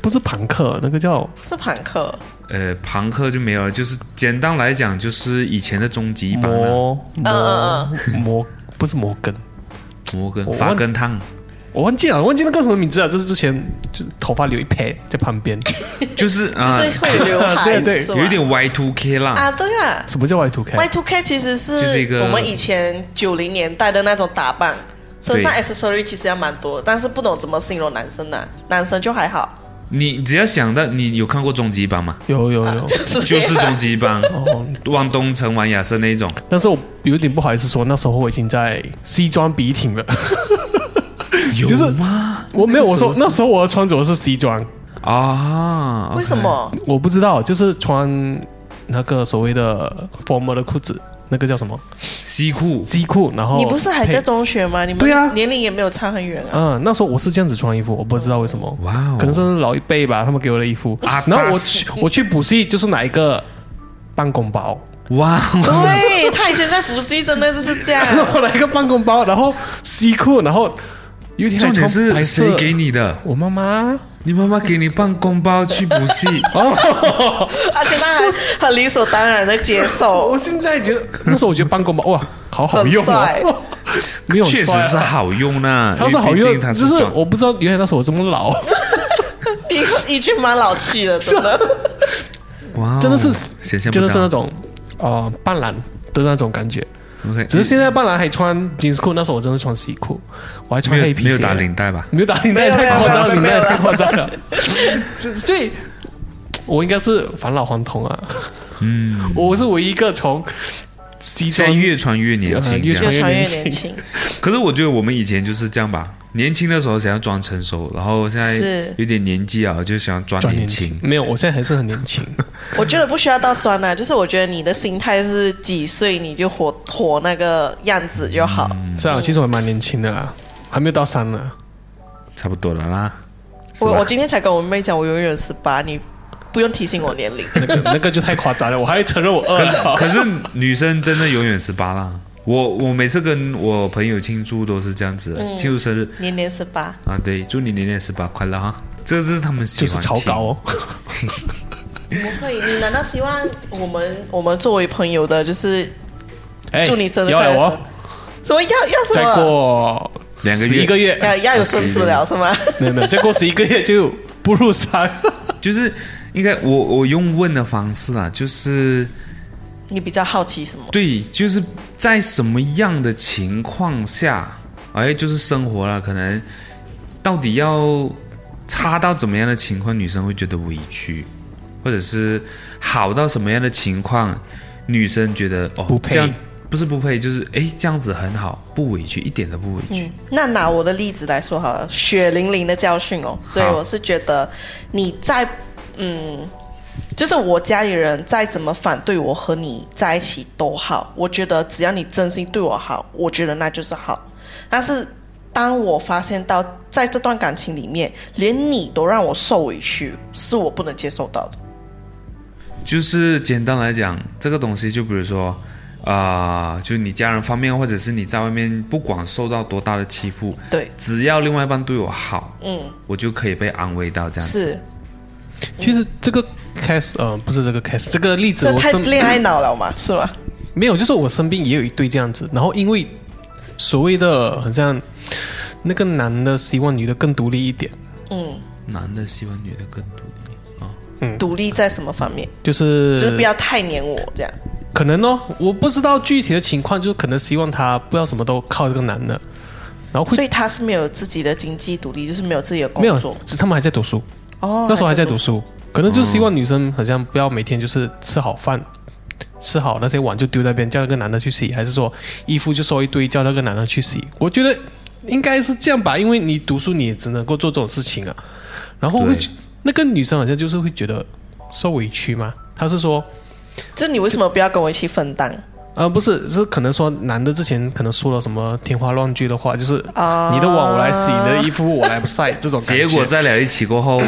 不是朋克，那个叫不是朋克，呃，朋克就没有了，就是简单来讲，就是以前的终极版啊，摩摩摩，不是摩根，摩根我发根烫，哦我忘记了，忘记那个什么名字了。这是之前就头发留一撇在旁边， 就是啊就，是会有刘海，对对是吧有一点 Y two K 啦，啊，对啊，什么叫 Y two K？ Y two K 其实是就是一个我们以前九零年代的那种打扮，身上 accessory 啊其实也蛮多的，但是不懂怎么形容男生呢、男生就还好，你只要想到你有看过终极一班吗？有有有，就是这就样是终极一班，哦，汪东城、王亚生那一种。但是我有点不好意思说，那时候我已经在西装笔挺了。就是有吗？我没有，我说那那时候我穿着的是西装，啊， 为什？么？我不知道，就是穿那个所谓的 formal 的裤子，那个叫什么西裤西裤，然后你不是还在配？中学吗？你们哦对啊年龄也没有差 很远啊。嗯，那时候我是这样子穿衣服，我不知道为什么，哇哦可能是老一辈吧，他们给我的衣服。阿然后达我斯去我去补习就是拿一个办公 包，哇哦，对他以前在补习，真的就是这样。 然后拿一个办公包，然后西裤，然后有一天重还点穿是白色谁给你的？我妈妈你妈妈给你办公包去补习，而且他还很理所当然的接受 我，现在觉得那时候我觉得办公包哇，好好用啊很帅，没有 很确实帅啊是好用呐、它是好因为毕用，竟它就是是装我不知道原来那时候我这么老，已已经蛮老气了，真的。哇哦、真的是想象不就到，是那种呃半蓝的那种感觉。 OK，只是现在半蓝还穿 jeans 裤，那时候我真的是穿西裤，我还没穿黑有皮鞋，没有打领带吧？没有打领带，没有太夸张了，领没有没有带没有太夸张了。这所以，我应该是返老还童啊。嗯，我是唯一一个从西现装在越穿越年呃轻，越这样。越穿越越年年轻，可是我觉得我们以前就是这样吧，年轻的时候想要装成熟，然后现在是有点年纪啊，就想要装转年年轻轻，。没有，我现在还是很年轻。我觉得不需要到专啊，就是我觉得你的心态是几岁你就活活那个样子就好。嗯是啊，其实我还蛮年轻的啦，还没有到三啊呢。差不多了啦。是我吧我今天才跟我妹讲，我永远十八，你不用提醒我年龄。那个那个就太夸张了，我还承认我啊饿可是了。 可是女生真的永远十八啦。我我每次跟我朋友庆祝都是这样子的，嗯庆祝生日 年年十八，啊，对，祝你年年十八快乐哈，这是他们喜就欢是超听高哦，怎么会？你难道希望我们 我们作为朋友的，就是哎祝你生日要快有乐哦生？，什么要要什再么？过两个月11个要月，要有孙子了是吗？ 没有没有，再过十一个月就步入三。就是应该我我用问的方式啦，就是你比较好奇什么？对，就是在什么样的情况下，哎，就是生活啦，可能到底要差到怎么样的情况，女生会觉得委屈，或者是好到什么样的情况，女生觉得哦不配这样不是不配，就是哎这样子很好，不委屈，一点都不委屈。嗯，那拿我的例子来说好了，血淋淋的教训哦，所以好我是觉得你在嗯，就是我家里人再怎么反对我和你在一起都好，我觉得只要你真心对我好，我觉得那就是好。但是当我发现到在这段感情里面，连你都让我受委屈，是我不能接受到的。就是简单来讲，这个东西就比如说，啊、就你家人方面，或者是你在外面，不管受到多大的欺负，对，只要另外一半对我好，嗯，我就可以被安慰到这样。是， 其实这个 case 呃不是这个 case，这个例子这我太身恋爱脑了嘛，是吗？没有，就是我身边也有一对这样子，然后因为所谓的好像那个男的希望女的更独立一点，嗯，男的希望女的更独立啊，独立在什么方面？就是就是不要太黏我这样。可能哦，我不知道具体的情况，就可能希望他不要什么都靠这个男的，然后会所以他是没有自己的经济独立，就是没有自己的工没有作。，是他们还在读书，哦，那时候还在读读。书，可能就希望女生好像不要每天就是吃好饭，吃好那些碗就丢那边，叫那个男的去洗，还是说衣服就收一堆，叫那个男的去洗。我觉得应该是这样吧，因为你读书你也只能够做这种事情啊。然后会对觉那个女生好像就是会觉得受委屈嘛，她是说。就你为什么不要跟我一起分担？呃，不是，是可能说男的之前可能说了什么天花乱坠的话，就是啊你的碗我来洗，你的衣服我来晒，这种感结觉果在了一起过 后，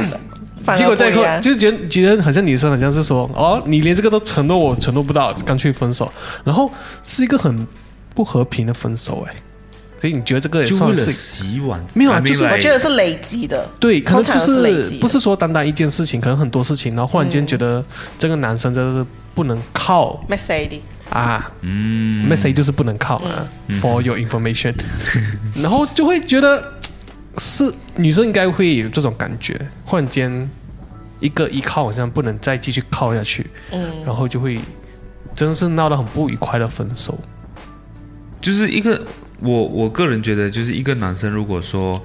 反而结果哦不再一后样就觉得觉得好像女生好像是说哦，你连这个都承诺我承诺不到，干脆分手，然后是一个很不和平的分手哎，所以你觉得这个也就为算了是洗碗，没有啊 I mean 就是 like- 我觉得是累积的。对，可能通就常是累是积的嗯不是说单单一件事情，可能很多事情，然后忽然间觉得这个男生真的是不能靠 m e s a d y 啊，嗯，message 就是不能靠啊、f 嗯 o r your information，然后就会觉得是女生应该会有这种感觉，忽然间一个依靠好像不能再继续靠下去，嗯，然后就会真是闹得很不愉快的分手，就是一个我我个人觉得，就是一个男生如果说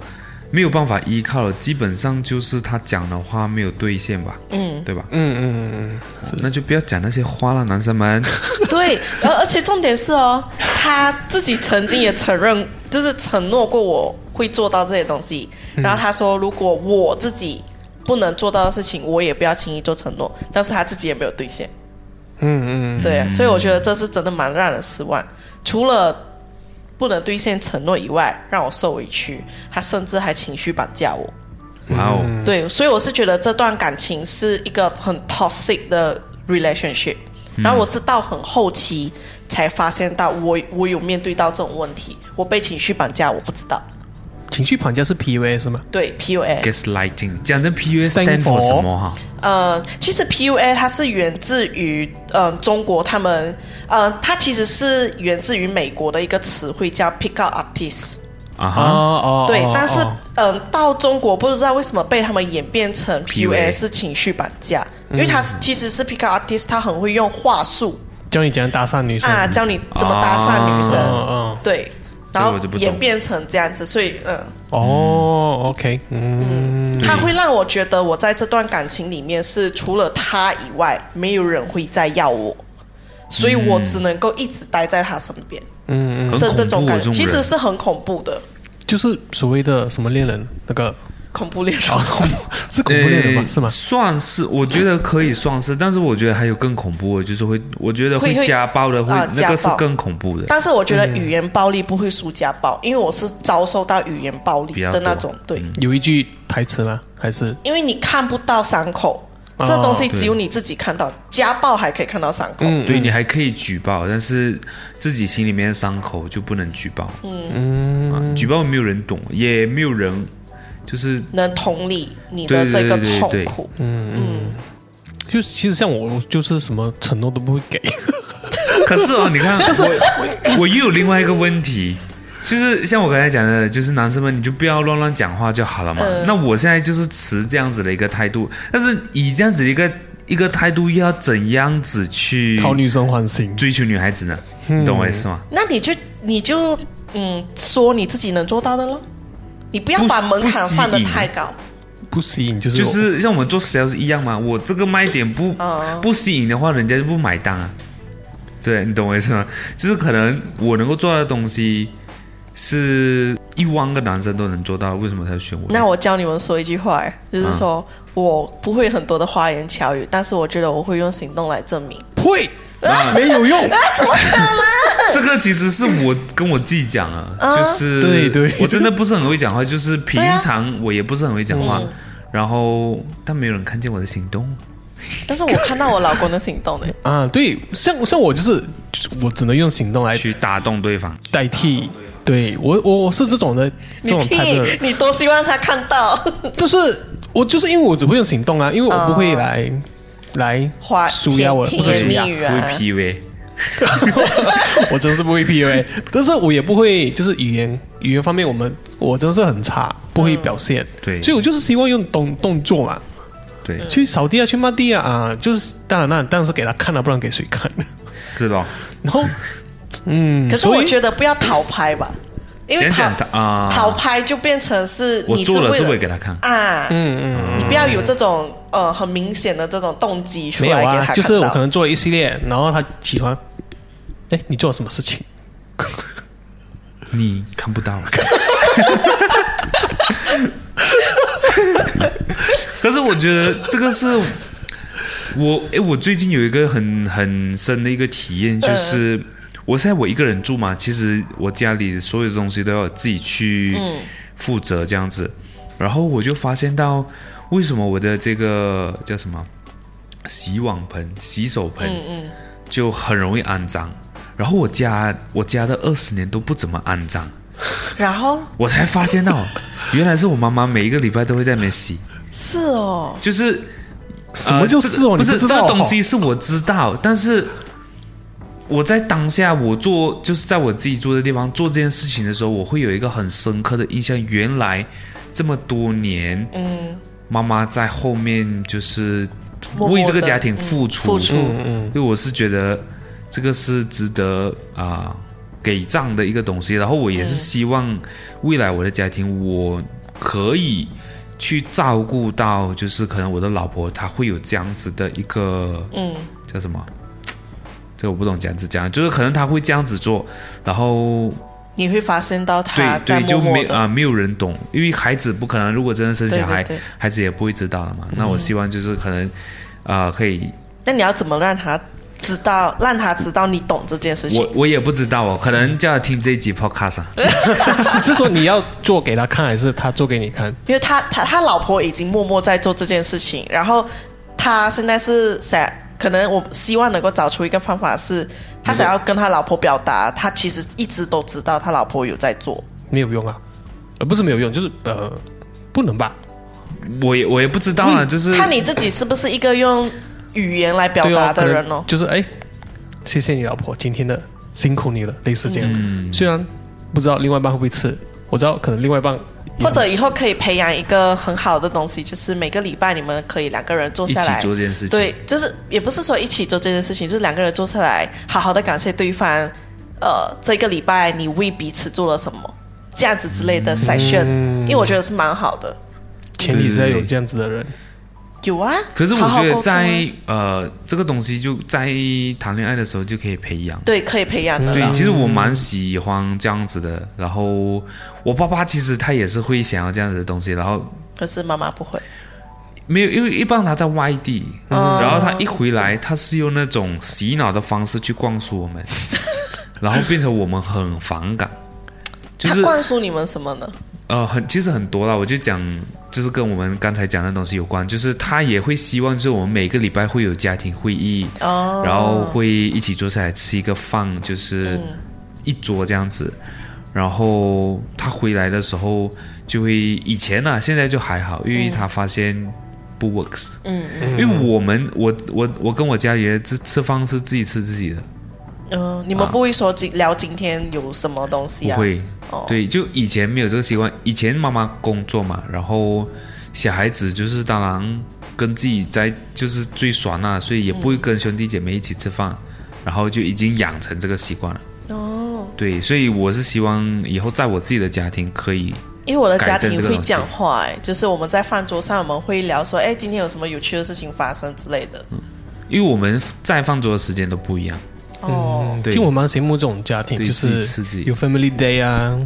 没有办法依靠了，基本上就是他讲的话没有兑现吧，嗯，对吧？哦嗯嗯嗯那就不要讲那些话了，男生们。对，而 而且重点是哦，他自己曾经也承认，就是承诺过我会做到这些东西。嗯然后他说，如果我自己不能做到的事情，我也不要轻易做承诺。但是他自己也没有兑现，嗯嗯对，所以我觉得这是真的蛮让人失望。除了不能兑现承诺以外，让我受委屈，他甚至还情绪绑架我。哇哦，对，所以我是觉得这段感情是一个很 toxic 的 relationship。然后我是到很后期才发现到我我有面对到这种问题，我被情绪绑架，我不知道。嗯，情绪绑架是 PUA 是吗？对 PUA， gaslighting，讲真，PUA Stand stand for for 什么哈？呃，其实 PUA 它是源自于呃中国他们呃，它其实是源自于美国的一个词汇叫 pick up artist。啊哦哈，哦，对哦，但是哦嗯、到中国不知道为什么被他们演变成 PUA PUA 是情绪绑架，嗯因为他是其实是 pick up artist，他很会用话术教你怎样搭讪女生啊，嗯教你怎么搭讪女生，哦对，这然个后我就不懂演变成这样子，所以嗯，哦哦，OK，嗯，他会让我觉得我在这段感情里面是除了他以外，没有人会再要我，所以我只能够一直待在他身边嗯很的这恐种怖，啊感这种觉，其实人。是很恐怖的，嗯就是所谓的什么恋人那个，恐怖 恋人。哦，恐怖是恐怖恋人吗？呃是吗？算是，我觉得可以算是，但是我觉得还有更恐怖的，就是会，我觉得会会家暴的，会啊那家暴个是更恐怖的。但是我觉得语言暴力不会输家暴，因为我是遭受到语言暴比力较多的嗯那种，对，有一句台词吗？还是因为你看不到伤口，哦这东西只有啊对你自己看到，家暴还可以看到伤口，嗯对你还可以举报，但是自己心里面的伤口就不能举报。嗯啊，举报没有人懂，也没有人，就是能同理你的对这对个对对痛对苦。就其实像我，我就是什么承诺都不会给，可是哦，你看，我我我又有另外一个问题，就是像我刚才讲的，就是男生们你就不要乱乱讲话就好了嘛。那我现在就是持这样子的一个态度，但是以这样子的一个一个态度，又要怎样子去讨女生欢心。追求女孩子呢？你懂我意思吗？那你就你就嗯说你自己能做到的咯，你不要不把吸门不槛吸放得引太高。不吸引就是就是像我们做 sales 一样嘛，我这个卖点不、哦不吸引的话，人家就不买单啊。对你懂我意思吗？就是可能我能够做到的东西，是一万个男生都能做到，为什么他要选我？那我教你们说一句话，哎就是说、我不会很多的花言巧语，但是我觉得我会用行动来证明。会没有用， 这个其实是我跟我自己讲啊，就是对对我真的不是很会讲话，就是平常我也不是很会讲话，然后但没有人看见我的行动，但是我看到我老公的行动欸呢，啊，对，像像我就是，我只能用行动来去打动对方。代替。对我我我是这种的 这你种态度的屁人，，你多希望他看到但是我就是因为我只会用行动啊，因为我不会来、来花舒压我甜不是甜舒言压蜜，语不会啊。 PUA， 我真是不会 PUA，但是我也不会就是语言语言方面我们我真是很差，不会表现，对所以我就是希望用动动作嘛，对，去扫地啊，去抹地啊，啊，就是当然那当然是给他看了、啊不然给谁看？ 是咯，然后，嗯，可是我觉得得不要讨拍吧，因为讲讨讲他啊讨拍就变成是我你做了为是了为给他看，啊，嗯嗯你不要有这种呃很明显的这种动机出没有来给啊他看到。，就是我可能做了一系列，然后他喜欢，哎，你做了什么事情？你看不到。可是我觉得这个是我诶，我最近有一个很很深的一个体验，就是、我现在我一个人住嘛，其实我家里所有的东西都要我自己去负责这样子。然后我就发现到，为什么我的这个叫什么洗碗盆、洗手盆，就很容易肮脏。然后我家我家的二十年都不怎么肮脏，然后我才发现 到，原来是我妈妈每一个礼拜都会在那边洗，是哦，就是什么就是这呃哦？个不你是知这道个哦东西是我知道，但是我在当下我做就是在我自己住的地方做这件事情的时候，我会有一个很深刻的印象。原来这么多年，嗯，妈妈在后面就是默默为这个地家庭嗯付出，付出嗯因为我是觉得这个是值得啊、给账的一个东西。然后我也是希望未来我的家庭，我可以去照顾到，就是可能我的老婆她会有这样子的一个嗯叫什么？这个我不懂讲怎讲，就是可能她会这样子做，然后你会发现到他对对，在默就默没的啊、没有人懂，因为孩子不可能，如果真的生对小对孩，对。孩子也不会知道的嘛。那我希望就是可能，啊、可以，那你要怎么让他知道，让他知道你懂这件事我情？我也不知道哦，可能叫他听这一集 podcast 啊。你是说你要做给他看，还是他做给你看？因为他他他老婆已经默默在做这件事情，然后他现在是想，可能我希望能够找出一个方法是，他想要跟他老婆表达，他其实一直都知道他老婆有在做。没有用啊，呃，不是没有用，就是呃，不能吧？我也我也不知道啊，就是看你自己是不是一个用语言来表对达啊，可的能人哦。就是哎，谢谢你老婆，今天的辛苦你了，类似这样。嗯嗯虽然不知道另外一半会不会吃，我知道可能另外一半嗯也或者以后可以培养一个很好的东西，就是每个礼拜你们可以两个人坐一下起来，做这件事情。对，就是也不是说一起做这件事情，就是两个人坐下来，好好的感谢对方。呃，这个礼拜你为彼此做了什么，这样子之类嗯的 session，、因为我觉得是蛮好的。前提是要有这样子的人。有啊，可是我好好觉沟得通在啊呃这个东西就在谈恋爱的时候就可以培养。对啊可以培养的对啦，其实我蛮喜欢这样子的。然后我爸爸其实他也是会想要这样子的东西，然后可是妈妈不会。没有，因为一般他在外地，嗯然后他一回来，他是用那种洗脑的方式去灌输 我们，然后变成我们很反感，就是她灌输你们什么呢？呃，很其实很多啦，我就讲，就是跟我们刚才讲的东西有关，就是他也会希望，就是我们每个礼拜会有家庭会议，哦，嗯然后会一起坐下来吃一个饭，就是一桌这样子。然后他回来的时候，就会以前呢、现在就还好，因为他发现不 works。嗯因为我们我我我跟我家里人吃吃饭是自己吃自己的，嗯、呃你们啊不会说今聊今天有什么东西不啊？会。哦，对，就以前没有这个习惯，以前妈妈工作嘛，然后小孩子就是当然跟自己在就是最爽啦、所以也不会跟兄弟姐妹一起吃饭，然后就已经养成这个习惯了。哦，对，所以我是希望以后在我自己的家庭可以，因为我的家改正庭这个会东西讲话、哎，就是我们在饭桌上我们会聊说，哎，今天有什么有趣的事情发生之类的。因为我们在放桌的时间都不一样，哦，对听我蛮羡慕这种家庭，对就自己是吃自己有 family day 啊，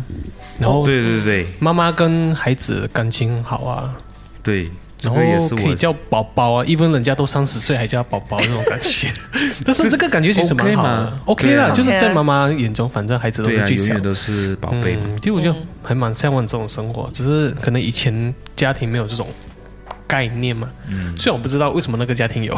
然后对对对妈妈跟孩子感情好啊，对，这然后个也是可以我叫宝宝啊，因为人家都三十岁还叫宝宝那种感觉， 但是这个感觉其实蛮好的 OK 嘛对啦，啊就是在妈妈眼中，反正孩子都对是啊，最永小远的。都是宝贝嘛。嗯，其实我觉得还蛮向往这种生活，只是可能以前家庭没有这种概念嘛。嗯虽然我不知道为什么那个家庭有，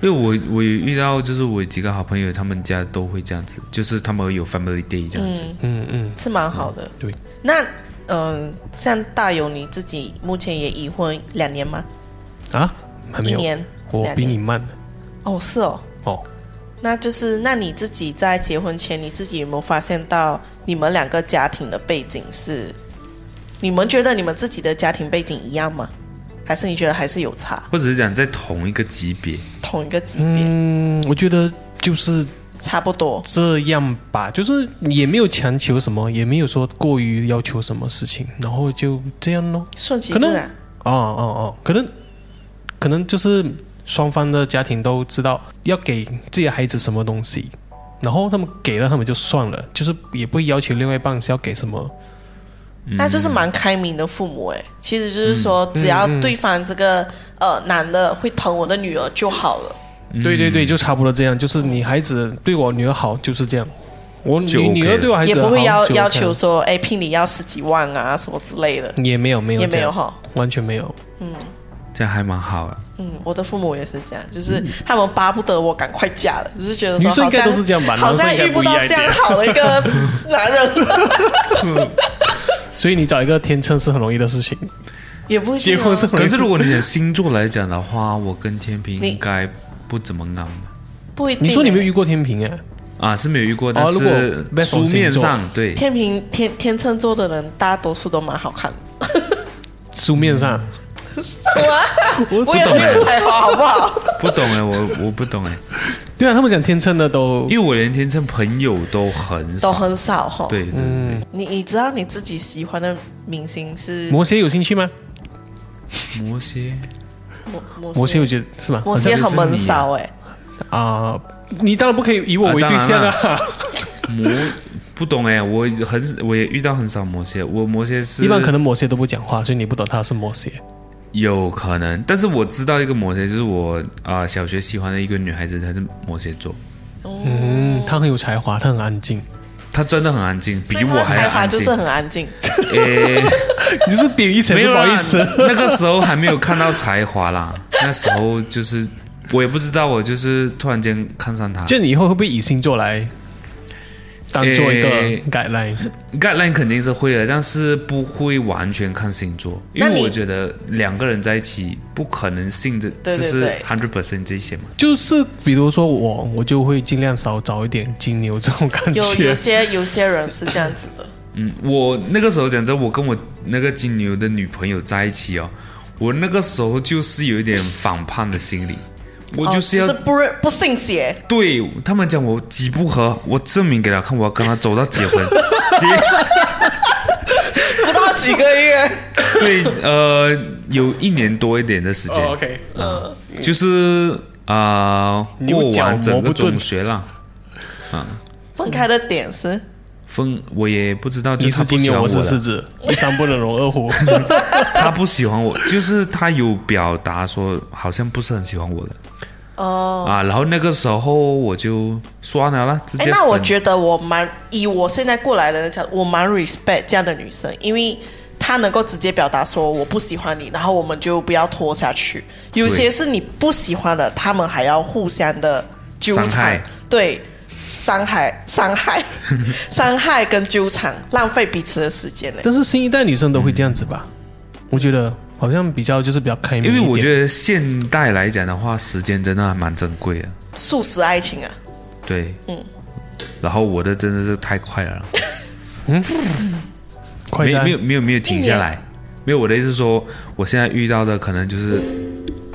因为我我有遇到就是我有几个好朋友，他们家都会这样子，就是他们有 family day 这样子。嗯嗯，是蛮好的。对，那嗯、像大勇你自己目前也已婚两年吗？啊，还没一有，年，我两比你年。慢哦，是哦。哦。那就是，那你自己在结婚前，你自己有没有发现到你们两个家庭的背景是？你们觉得你们自己的家庭背景一样吗？还是你觉得还是有差？或者是讲在同一个级别，同一个级别、嗯，我觉得就是差不多。这样吧，就是也没有强求什么，也没有说过于要求什么事情，然后就这样咯。顺其可能自然。哦哦哦，可能可能就是双方的家庭都知道要给自己的孩子什么东西，然后他们给了他们就算了，就是也不会要求另外一半是要给什么。嗯那就是蛮开明的父母哎，其实就是说，只要嗯对方这个、呃男的会疼我的女儿就好了。嗯对对对，就差不多这样，就是你孩子对我女儿好就是这样，我就你 OK 女儿对我孩子也不好会要就 OK 要求说，哎，聘礼要十几万啊什么之类的，也没有没有也这没有样，哈。完全没有。这样还蛮好啊的。嗯，我的父母也是这样，就是他们巴不得我赶快嫁了，只是觉得说女生应该好像都是这样吧好男像生应该遇不一到样这样好 的一个男人，所以你找一个天秤是很容易的事情，也不一定结啊婚是很容可易。是如果你的星座来讲的话，我跟天平你应该不怎么啱不一定。欸你说你没有遇过天平哎，啊，是没有遇过，但如果是 based on 书面上对天平天天秤座的人，大多数都蛮好 看的。书面上，我 我也懂没有哎才华，好不好？不懂哎，我我不懂哎，对啊，他们讲天秤的都 因为我连天秤朋友都很少，都很少哈。嗯对对对，你你知道你自己喜欢的明星是摩羯有兴趣吗？摩羯，摩摩摩羯我羯，觉得是吗？摩好羯像很是闷你骚哎，啊、你当然不可以以我啊为当对然象啦啊， 摩不懂哎，我很我也遇到很少摩羯，我摩羯是一般可能摩羯都不讲话，所以你不懂他是摩羯。有可能，但是我知道一个摩羯，就是我啊、呃小学喜欢的一个女孩子，她是摩羯座，嗯，他很有才华，他很安 静。她真的很安静，所比以他我的还才要华安就静。是很安静。 诶你是贬义词，没是有不啦好意思。那个时候还没有看到才华啦，那时候就是我也不知道，我就是突然间看上她。就你以后会不会以星座来当做一个诶 guideline？、 guideline 肯定是会的，但是不会完全看星座，因那为你我觉得两个人在一起不可能信着，对就对是对 hundred percent 这些嘛。就是比如说我，我就会尽量少找一点金牛这种感 有有觉。些有些人是这样子的，嗯，我那个时候讲真，我跟我那个金牛的女朋友在一起哦，我那个时候就是有一点反叛的心理， 我哦就是要、就是不认不信邪，对他们讲我急不和，我证明给他看，我要跟他走到结 婚。结不到几个 月，对呃有一年多一点的时间，哦 OK，啊就是啊、呃、牛过角完整磨个不钝中学啦。分开的点是分我也不知道，就你他是不金喜牛，欢我我是狮了，子，一山不能容二 虎。他不喜欢我，就是他有表达说好像不是很喜欢我的哦。啊。然后那个时候我就算了啦，直哎，接。那我觉得我蛮以我现在过来的人讲，我蛮 respect 这样的女生，因为她能够直接表达说我不喜欢你，然后我们就不要拖下去。有些是你不喜欢的，他们还要互相的纠伤缠害，对，伤害、伤 害、伤害跟纠缠，浪费彼此的时间呢。但是新一代女生都会这样子吧？我觉得好像比较就是比较开明一因点，为我觉得现代来讲的话，时间真的还蛮珍贵的，素食爱情啊，对，嗯。然后我的真的是太快了，快没哉没有没有没有停下来，没有我的意思是说，我现在遇到的可能就是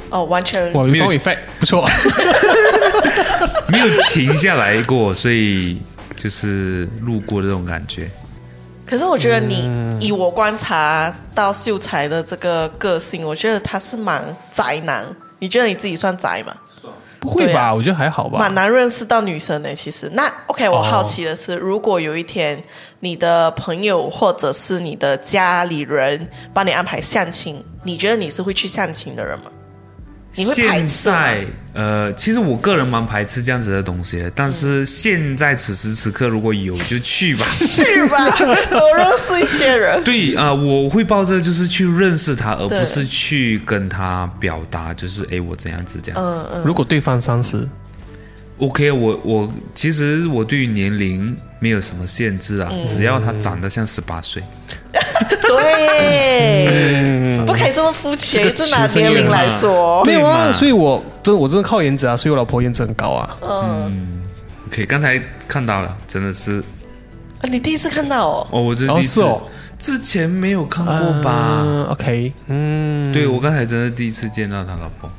哦，完全哇，有没有双语费，不错。没有停下来过，所以就是路过的这种感觉。可是我觉得你、以我观察到秀才的这个个性，我觉得他是蛮宅男。你觉得你自己算宅吗？不会对吧？啊我觉得还好吧蛮。难认识到女生的。其实，那 OK，我哦好奇的是，如果有一天你的朋友或者是你的家里人帮你安排相亲，你觉得你是会去相亲的人 吗？你会排现斥吗？在呃，其实我个人蛮排斥这样子的东西的，但是现在此时此刻如果有就去 吧。去吧，多认识一些人。对啊、我会抱着就是去认识他，而对不是去跟他表达，就是诶我怎样子这样子。嗯嗯，如果对方三十， OK，我我其实我对于年龄没有什么限制啊，只要他长得像十八岁， 对，不可以这么肤浅，这拿年龄来说。嗯没有啊，嘛所以我真我真的靠颜值啊，所以我老婆颜值很高啊。 OK，刚才看到了，真的是啊你第一次看到哦，哦，我这哦第一次、是哦之前没有看过吧？嗯？OK，嗯，对我刚才真的第一次见到他老婆。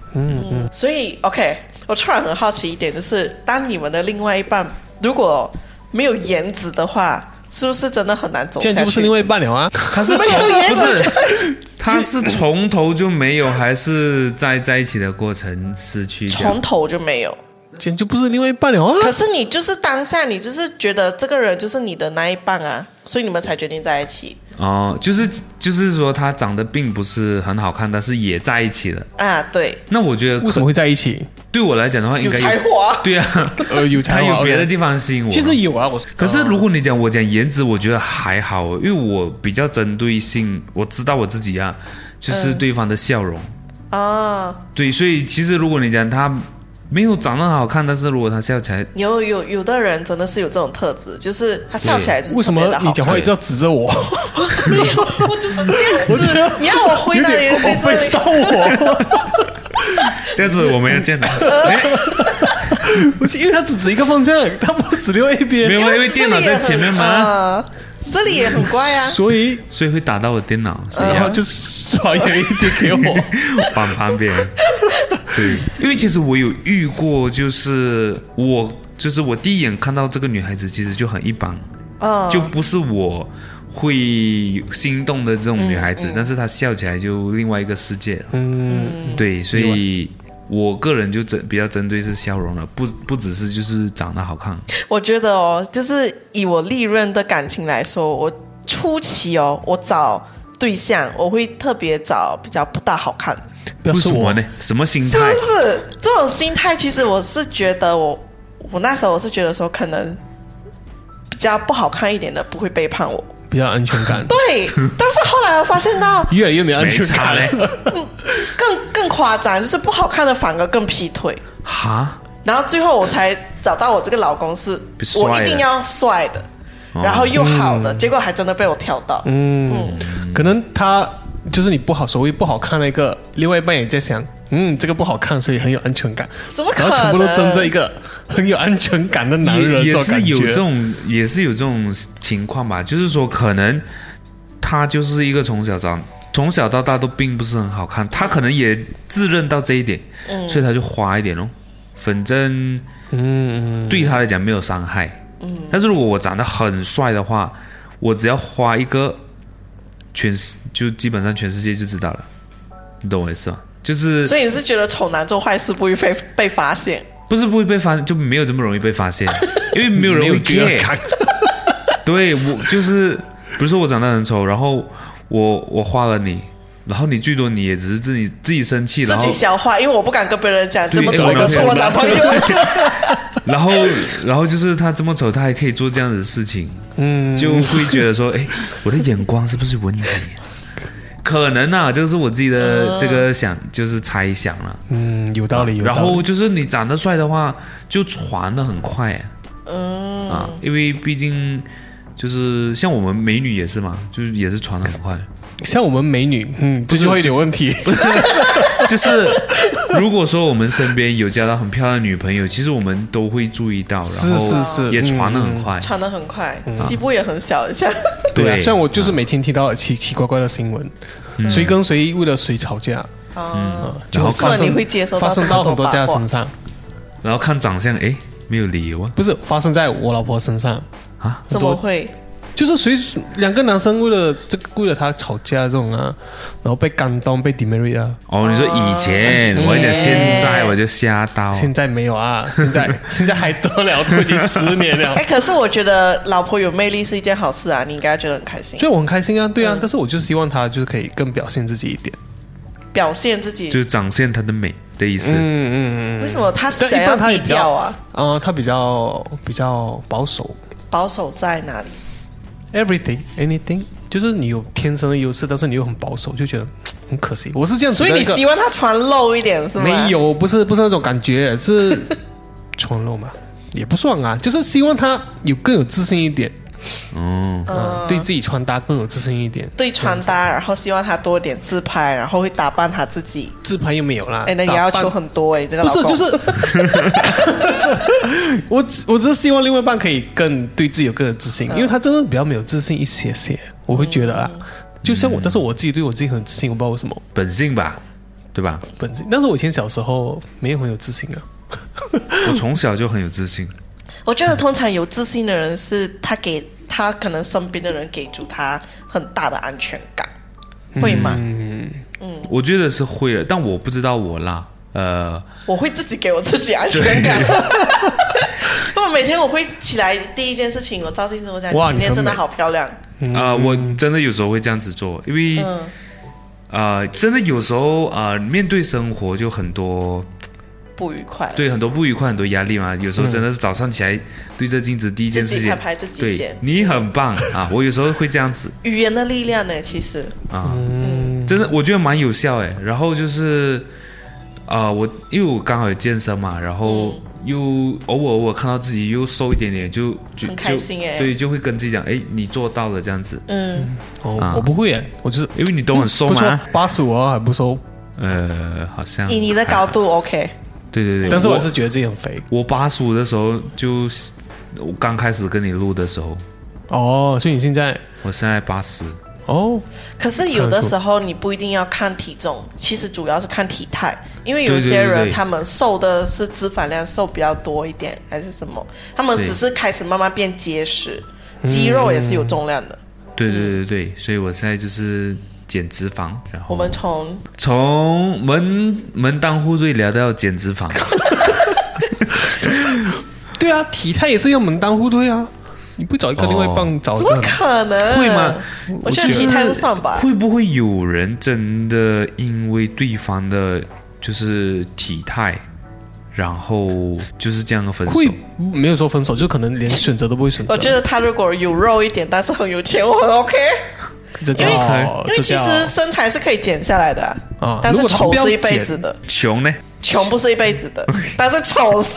所以 OK，我突然很好奇一点，就是当你们的另外一半如果没有颜值的话，是不是真的很难走这下样就不是去？另外一半了 啊。他是没有从颜不值是，他是从头就没有，还是在在一起的过程失去这样？从头就没有，这样就不是另外一半了啊。可是你就是当下，你就是觉得这个人就是你的那一半啊，所以你们才决定在一起哦，就是就是说他长得并不是很好看，但是也在一起了。啊。对，那我觉得为什可么会在一起？对我来讲的话，应有该才华，对啊，呃，有他才华有别的 OK 地方吸引我。其实有啊，我可是如果你讲我讲颜值，我觉得还好，因为我比较针对性，我知道我自己啊，就是对方的笑容。啊，对，所以其实如果你讲他没有长得很好看，但是如果他笑起来， 有有有的人真的是有这种特质，就是他笑起来就是为什么特别的你好讲话一直要指着我？没有， 我就是这样我觉子得。你要我回有答点也可以 o 这 f 样。到 我，这样子我们要见到。哎我因为他只指一个方向，他不指另外没一有，哦边，因为电脑在前面嘛，啊，这里也很乖啊。所以所以会打到我电脑，所以然后要就少演一点给我。往旁边。对，因为其实我有遇过，就是我就是我第一眼看到这个女孩子，其实就很一般，嗯，就不是我会心动的这种女孩子，嗯但是她笑起来就另外一个世界了。嗯，对，所以我个人就针比较针对是笑容了，不不只是就是长得好看。我觉得哦，就是以我历任的感情来说，我初期哦，我找对象我会特别找比较不大好看的， 不要为说什我么呢？什么心是态？不是？这种心态其实我是觉得我，我那时候我是觉得说，可能比较不好看一点的不会背叛我。比较安全感， 对，但是后来我发现到越来越没有安没全差感嘞。了。更更夸张，就是不好看的反而更劈腿。哈，然后最后我才找到我这个老公是不，帅的我一定要帅的，哦然后又好的，结果还真的被我挑到。嗯， 可能他就是你不好，所谓不好看那个，另外一半也在想，嗯，这个不好看，所以很有安全感，怎么可然能后全部都争着一个很有安全感的男人，也也做是感有这觉。种，也是有这种情况吧。就是说，可能他就是一个从小长，从小到大都并不是很好看，他可能也自认到这一点，嗯所以他就花一点咯。反正嗯，对他来讲没有伤害。嗯，但是如果我长得很帅的话，我只要花一个，全世就基本上全世界就知道了。你懂我意思吗？就是所以你是觉得丑男做坏事不会被被发现？不是不会被发，就没有这么容易被发现，因为没有人 会第二 care。看，对我就是，比如说我长得很丑，然后我我花了你，然后你最多你也只是自己自己生气，自然后己消化，因为我不敢跟别人讲对这么丑的是我男朋友。然后然后就是他这么丑，他还可以做这样子哎的事情，嗯，就会觉得说，哎，我的眼光是不是有问题？可能啊，这个是我自己的这个想，就是猜想了。嗯，有道理，有道然理。后就是你长得帅的话，就传的很快啊。嗯，啊，因为毕竟就是像我们美女也是嘛，就是也是传的很快。像我们美女，嗯，这是就会有点问题。 就是如果说我们身边有交到很漂亮的女朋友，其实我们都会注意到，是然后是是也嗯传的很快。传的很快，西部也很小一下。对嗯啊，虽然我就是每天听到奇奇怪怪的新闻，谁跟谁为了谁吵架，哦，就然后发看生你会接收到发生这么到多很多家八卦身上，然后看长相，哎，没有理由啊不是发生在我老婆身上，啊！怎么会？就是谁两个男生为了这个为了她吵架这种啊，然后被感动被 demerit 啊，哦，你说以前，我还讲现在，我就吓到。现在没有啊，现在 现在还得了，都已经十年了哎，。可是我觉得老婆有魅力是一件好事啊，你应该觉得很开心所，以我很开心啊，对啊，但是我就希望她就是可以更表现自己一点。表现自己。就展现她的美的意思。嗯嗯嗯为什么他但想一要般她低也比调较啊？啊，她比较比较保守保守在哪里？ ，everything anything，就是你有天生的优势，但是你又很保守，就觉得嘖嗯很可惜。我是这样子所的以你一个，希望他穿露一点是吗？没有，不是不是那种感觉，是 纯肉嘛，也不算啊，就是希望她有更有自信一点，哦，嗯，对自己穿搭更有自信一点。对穿搭，然后希望他多点自拍，然后会打扮他自己。自拍又没有啦，哎，那你打要扮求很多哎，这个不老是公就是 我，只我只是希望另外一半可以更对自己有更有自信，嗯因为他真的比较没有自信一些些，我会觉得啊，就像我，嗯但是我自己对我自己很自信，我不知道为什么本性吧，对吧？本质，但是我以前小时候没有很有自信啊，我从小就很有自信。我觉得通常有自信的人是他给他可能身边的人给足他很大的安全感，会吗？嗯嗯我觉得是会的，但我不知道我啦。呃，我会自己给我自己安全 感。因为每 天我会起来第一件事情，我照镜子，我讲哇今天你很真的美好漂亮。嗯啊、我真的有时候会这样子做，因为、嗯呃，真的有时候呃，面对生活就很多，不愉快。对很多不愉快、很多压力嘛。有时候真的是嗯早上起来对着镜子第一件事自己情，拍拍自己对先你很棒啊！我有时候会这样子语言的力量呢？其实啊，嗯真的我觉得蛮有效哎。然后就是啊、我因为我刚好有健身嘛，然后嗯又偶尔偶尔看到自己又瘦一点点，就就很开就心哎对，就会跟自己讲，哎，你做到了这样子，嗯，哦，啊我不会耶，我就是因为你都很瘦嗯不错嘛。，八十五还不收，呃，好像啊以你的高度 OK。对对对，但是我是觉得自己很肥我八十五的时候就，我刚开始跟你录的时候，哦，所以你现在我现在八十，哦，可是有的时候你不一定要看体重，其实主要是看体态，因为有对对些对人对他们瘦的是脂肪量瘦比较多一点，还是什么，他们对只是开始慢慢变结实，肌肉也是有重量的。对对对对，所以我现在就是减脂肪，然我后们从从门门当户对聊到减脂肪，对啊，体态也是要门当户对啊，你不找一个哦另外一半，找一怎个么可能会吗？我觉得体态不算吧。会不会有人真的因为对方的就是体态，然后就是这样的分手？会没有说分手，就可能连选择都不会选择。我觉得他如果有肉一点，但是很有钱，我很 OK，这叫因为因为哦这其叫实身材是可以减下来的啊啊但如是果他不丑要是一辈减子的，穷呢？穷不是一辈子的，但是丑是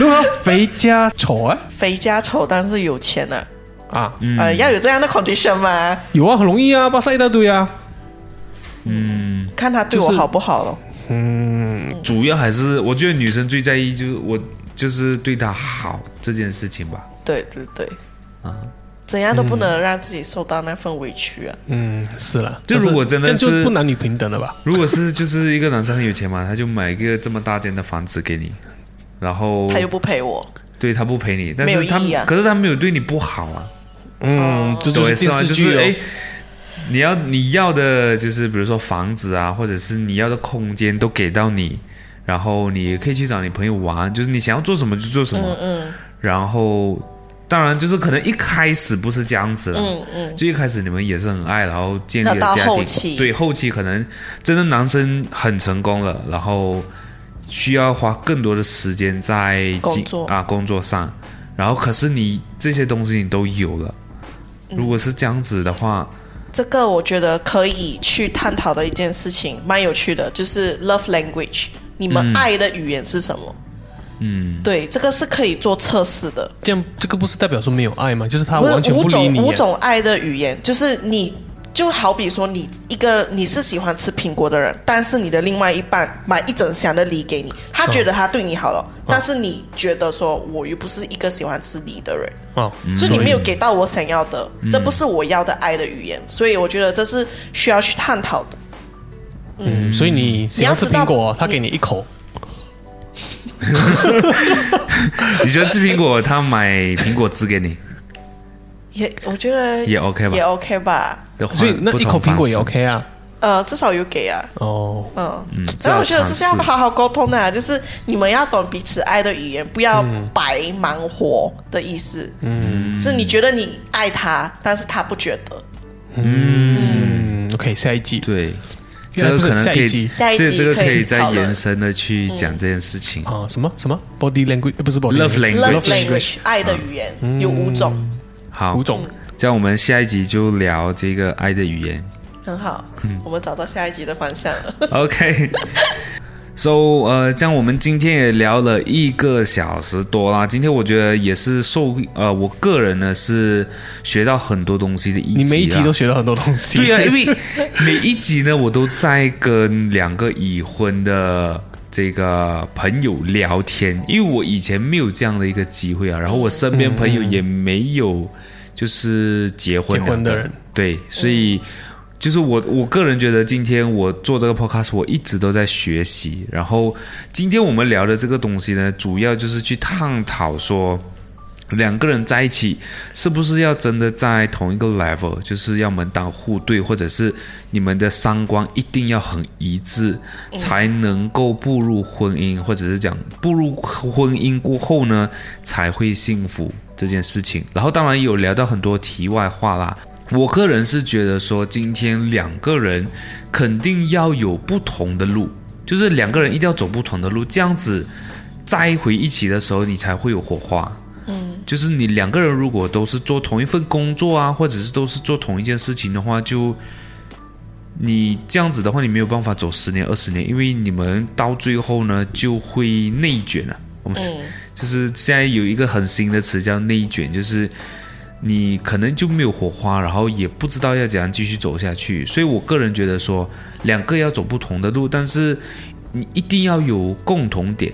如果啊肥加丑啊肥加丑，但是有钱啊，啊，呃，要有这样的 condition 吗？有啊，很容易啊，巴萨一大堆啊。看他对我就是好不好咯。主要还是我觉得女生最在意就是我就是对她好这件事情吧。对对对，啊，怎样都不能让自己受到那份委屈啊。嗯，是了，就但是如果真的这样就是不男女平等了吧？如果是就是一个男生很有钱嘛，他就买一个这么大间的房子给你，然后他又不陪我，对他不陪你，但没有是他意义啊可是他没有对你不好啊，嗯，这就对，是是电啊吗？视就剧是哎哦。，你要你要的就是比如说房子啊，或者是你要的空间都给到你，然后你也可以去找你朋友玩，就是你想要做什么就做什么，嗯然后当然就是可能一开始不是这样子了，嗯嗯，就一开始你们也是很爱，然后建立了那到家庭，后期对后期可能真的男生很成功了，然后需要花更多的时间在工经作啊工作上，然后可是你这些东西你都有了，嗯如果是这样子的话，这个我觉得可以去探讨的一件事情，蛮有趣的，就是 love language，你们爱的语言是什么？嗯，对，这个是可以做测试的。这样这个不是代表说没有爱吗？就是他不是完全五不理种你啊。五种爱的语言，就是你就好比说你一个你是喜欢吃苹果的人，但是你的另外一半买一整箱的梨给你，他觉得他对你好了，哦但是你觉得说我又不是一个喜欢吃梨的人，哦，所以你没有给到我想要的，嗯这不是我要的爱的语言，所以我觉得这是需要去探讨的。嗯，所以你想要吃苹你要知道果，他给你一口，你觉得吃苹果，他买苹果汁给你，也我觉得也 OK 吧也 OK 吧，就换 所以那不一同口苹果也方式 OK 啊。呃，至少有给啊，哦，嗯，至但少我觉得这是要尝试好好沟通的、啊，就是你们要懂彼此爱的语言，不要白忙活的意思。嗯，是你觉得你爱他，但是他不觉得。嗯，OK，下一季对，原这来个不是可能下可一以，集下一这集这个可以以再讨论嗯延伸的去讲这件事情。啊，什么什么 body language 呃不是 body Love language Love language，爱的语言嗯有五种，好五，种这样我们下一集就聊这个爱的语言。很好，嗯我们找到下一集的方向了。 OK。So，呃，这样我们今天也聊了一个小时多啦。今天我觉得也是受，呃，我个人呢是学到很多东西的一集啦。啊你每一集都学到很多东西。对啊，因为每一集呢，我都在跟两个已婚的这个朋友聊天，因为我以前没有这样的一个机会啊，然后我身边朋友也没有就是结婚结婚的人，对，所以。就是我，我个人觉得，今天我做这个 podcast，我一直都在学习。然后，今天我们聊的这个东西呢，主要就是去探讨说，两个人在一起是不是要真的在同一个 level，就是要门当户对，或者是你们的三观一定要很一致，才能够步入婚姻，或者是讲步入婚姻过后呢，才会幸福这件事情。然后当然有聊到很多题外话啦。我个人是觉得说，今天两个人肯定要有不同的路，就是两个人一定要走不同的路，这样子再回一起的时候，你才会有火花。就是你两个人如果都是做同一份工作啊，或者是都是做同一件事情的话，就你这样子的话，你没有办法走十年二十年，因为你们到最后呢就会内卷了、啊我们、就是现在有一个很新的词叫内卷，就是你可能就没有火花，然后也不知道要怎样继续走下去。所以我个人觉得说，两个要走不同的路，但是你一定要有共同点。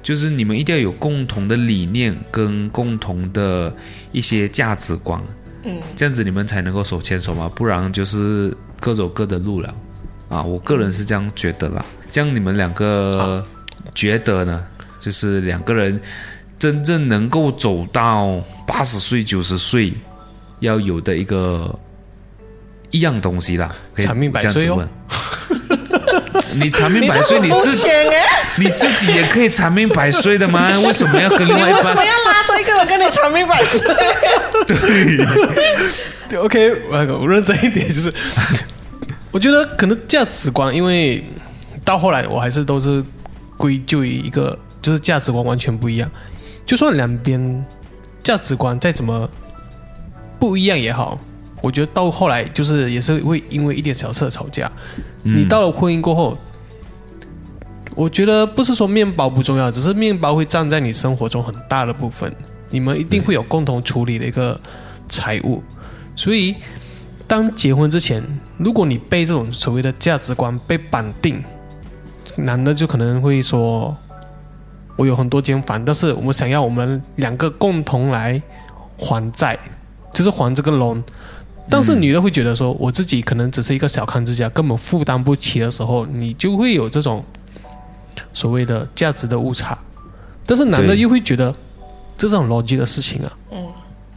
就是你们一定要有共同的理念跟共同的一些价值观，嗯，这样子你们才能够手牵手嘛，不然就是各走各的路了。啊，我个人是这样觉得啦。这样你们两个觉得呢？就是两个人真正能够走到八十岁、九十岁，要有的一个一样东西啦，可以长命百这样子岁哦问。你长命你百这岁，很你肤自己浅哎、你自己也可以长命百岁的吗？为什么要和另你外一为什半么？要拉这个？我跟你长命百岁。 对 OK，我我认真一点，就是我觉得可能价值观，因为到后来我还是都是归咎于一个，就是价值观完全不一样。就算两边价值观再怎么不一样也好，我觉得到后来就是也是会因为一点小事吵架。你到了婚姻过后，我觉得不是说面包不重要，只是面包会占在你生活中很大的部分，你们一定会有共同处理的一个财务。所以，当结婚之前，如果你被这种所谓的价值观被绑定，男的就可能会说：“我有很多间房，但是我想要我们两个共同来还债，就是还这个 loan。”但是女的会觉得说，我自己可能只是一个小康之家，根本负担不起的时候，你就会有这种所谓的价值的误差。但是男的对又会觉得这种逻辑的事情啊，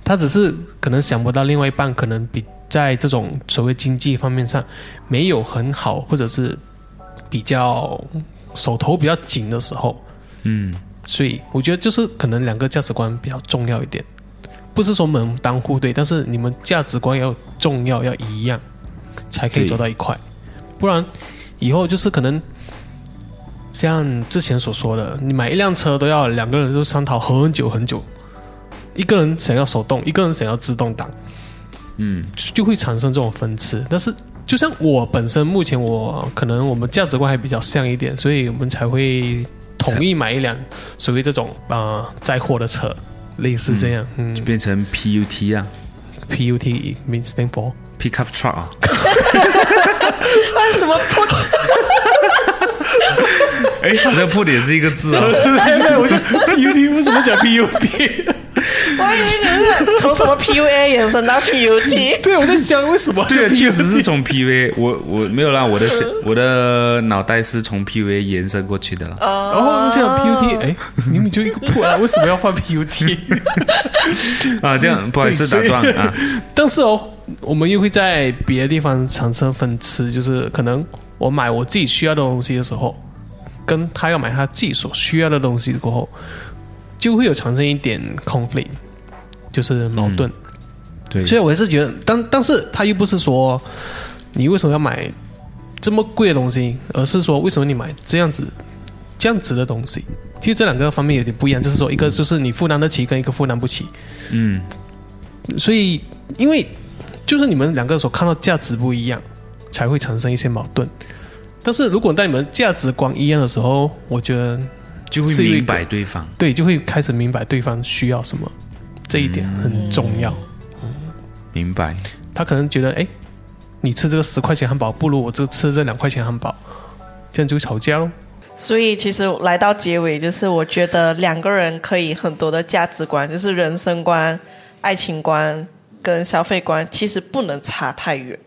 他只是可能想不到另外一半可能比在这种所谓经济方面上没有很好，或者是比较手头比较紧的时候，嗯，所以我觉得就是可能两个价值观比较重要一点，不是说门当户对，但是你们价值观要重要要一样，才可以对走到一块，不然以后就是可能像之前所说的，你买一辆车都要两个人都商讨很久很久，一个人想要手动，一个人想要自动挡，嗯，就会产生这种分歧。但是就像我本身目前我可能我们价值观还比较像一点，所以我们才会统一买一辆所谓这种啊载货的车，类似这样。嗯变成 PUT 啊 p u t means stand for ，pickup truck 啊，为什么不？哎，这破点是一个字 啊。 PUT 为什么讲 PUT？我还以为你是从什么 PUA 延伸到 PUT。对，我在想为什么对啊，这确实是从 PV，我我没有啦，我的想我的脑袋是从 PV 延伸过去的啦。然后这样 PUT，哎，明明就一个破啊，为什么要放 PUT？啊，这样不好意思打对断所以啊。但是哦，我们又会在别的地方产生分歧，就是可能我买我自己需要的东西的时候，跟他要买他自己所需要的东西过后，就会有产生一点 conflict，就是矛盾。对，所以我呃还是觉得，但但是他又不是说你为什么要买这么贵的东西，而呃是说为什么你买这样子这样子的东西。其实这两个方面有点不一样，就是说一个就是你负担得起，跟一个负担不起。嗯，所以因为就是你们两个所看到价值不一样，才会产生一些矛盾。但是如果在你们价值观一样的时候，我觉得就会是一个明白对方。对就会开始明白对方需要什么，这一点很重要。明白，他可能觉得，哎，你吃这个十块钱汉堡，不如我这吃这两块钱汉堡，这样就会吵架喽。所以其实来到结尾，就是我觉得两个人可以很多的价值观，就是人生观、爱情观跟消费观，其实不能差太远。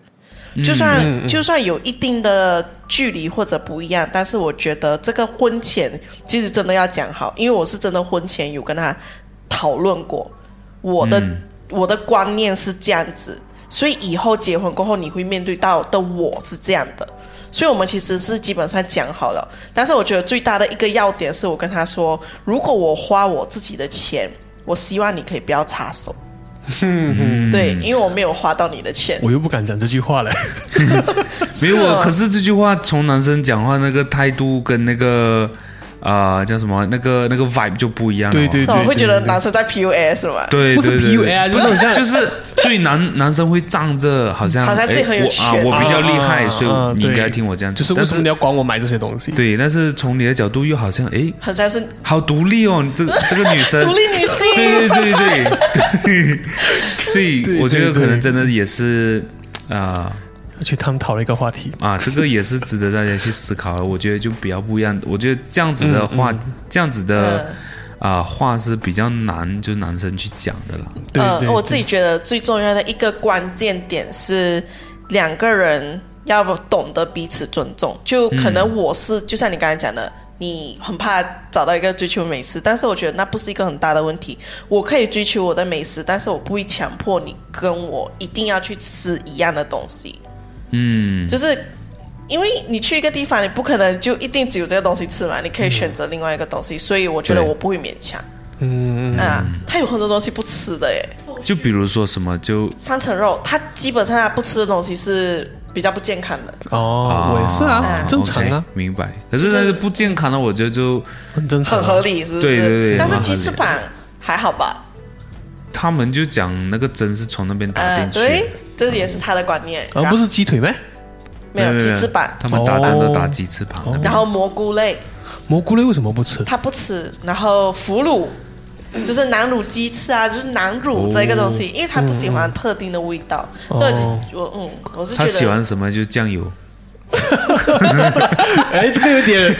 就算、就算有一定的距离或者不一样，但是我觉得这个婚前其实真的要讲好，因为我是真的婚前有跟他讨论过，我的、我的观念是这样子，所以以后结婚过后你会面对到的我是这样的，所以我们其实是基本上讲好了。但是我觉得最大的一个要点是我跟他说，如果我花我自己的钱，我希望你可以不要插手。对，因为我没有花到你的钱。我又不敢讲这句话了。没有是我。哦可是这句话从男生讲话那个态度跟那个啊叫什么那个那个 vibe 就不一样了哦。对对是吧我会觉得男生在 PUA 是吗？对，不是对对 PUA 啊对就是很像 就是对男男生会仗着好像好像自己很有诶我啊，权我比较厉害，啊所啊以你应该对听我这样就讲。是为但什么你要管我买这些东西？对，但是从你的角度又好像诶，很像是好独立哦，你这个这个女生 独立女性。对对对对 对，所以我觉得可能真的也是啊去探讨了一个话题。啊，这个也是值得大家去思考的。我觉得就比较不一样，我觉得这样子嗯的话，这样子嗯的啊、话是比较难，就男生去讲的啦。对对呃，我自己己觉得最重要的一个关键点是，两个人要不懂得彼此尊重。就可能我是、就像你刚才讲的，你很怕找到一个追求美食，但是我觉得那不是一个很大的问题。我可以追求我的美食，但是我不会强迫你跟我一定要去吃一样的东西。嗯，就是因为你去一个地方，你不可能就一定只有这个东西吃嘛，你可以选择另外一个东西。所以我觉得对我不会勉强。嗯，啊，他有很多东西不吃的耶，就比如说什么就三层肉，他基本上他不吃的东西是比较不健康的。哦，我也是嗯啊，正常啊嗯 OK，，明白。可是那是不健康的，我觉得就很正常很啊。合理，是不是？对对对但是很合鸡理翅膀还好吧？他们就讲那个针是从那边打呃，进去的，对，这也是他的观念。啊，然不后是鸡腿咩？没有鸡翅膀，他们打针都打鸡翅膀哦那边。然后蘑菇类蘑菇类为什么不 吃？他不吃，然后腐乳。就是南乳鸡翅啊，就是南乳这个东西，因为他不喜欢特定的味道，哦所以我我嗯，我是觉他得喜欢什么就酱油，哎，这个有 点啊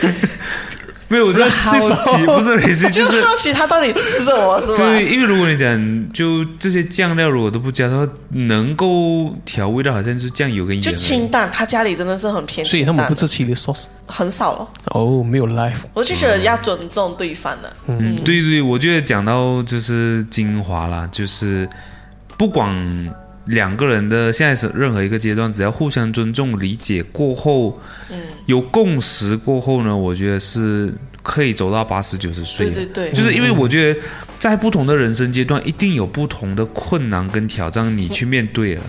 没有，我 在好奇，不是你是就就是好奇他到底吃什么，是吧？对，因为如果你讲就这些酱料如果都不加的话，能够调味的好像就是酱油跟盐而已，就清淡，他家里真的是很偏所以他清淡的，们不吃 chili sauce 很少哦。哦，没有 life。我就觉得要尊重对方的，嗯，对对，我觉得讲到就是精华啦，就是不管两个人的现在是任何一个阶段，只要互相尊重、理解过后，嗯有共识过后呢，我觉得是可以走到八十九十岁对的。对对，就是因嗯为我觉得，在不同的人生阶段，一定有不同的困难跟挑战，你去面对了。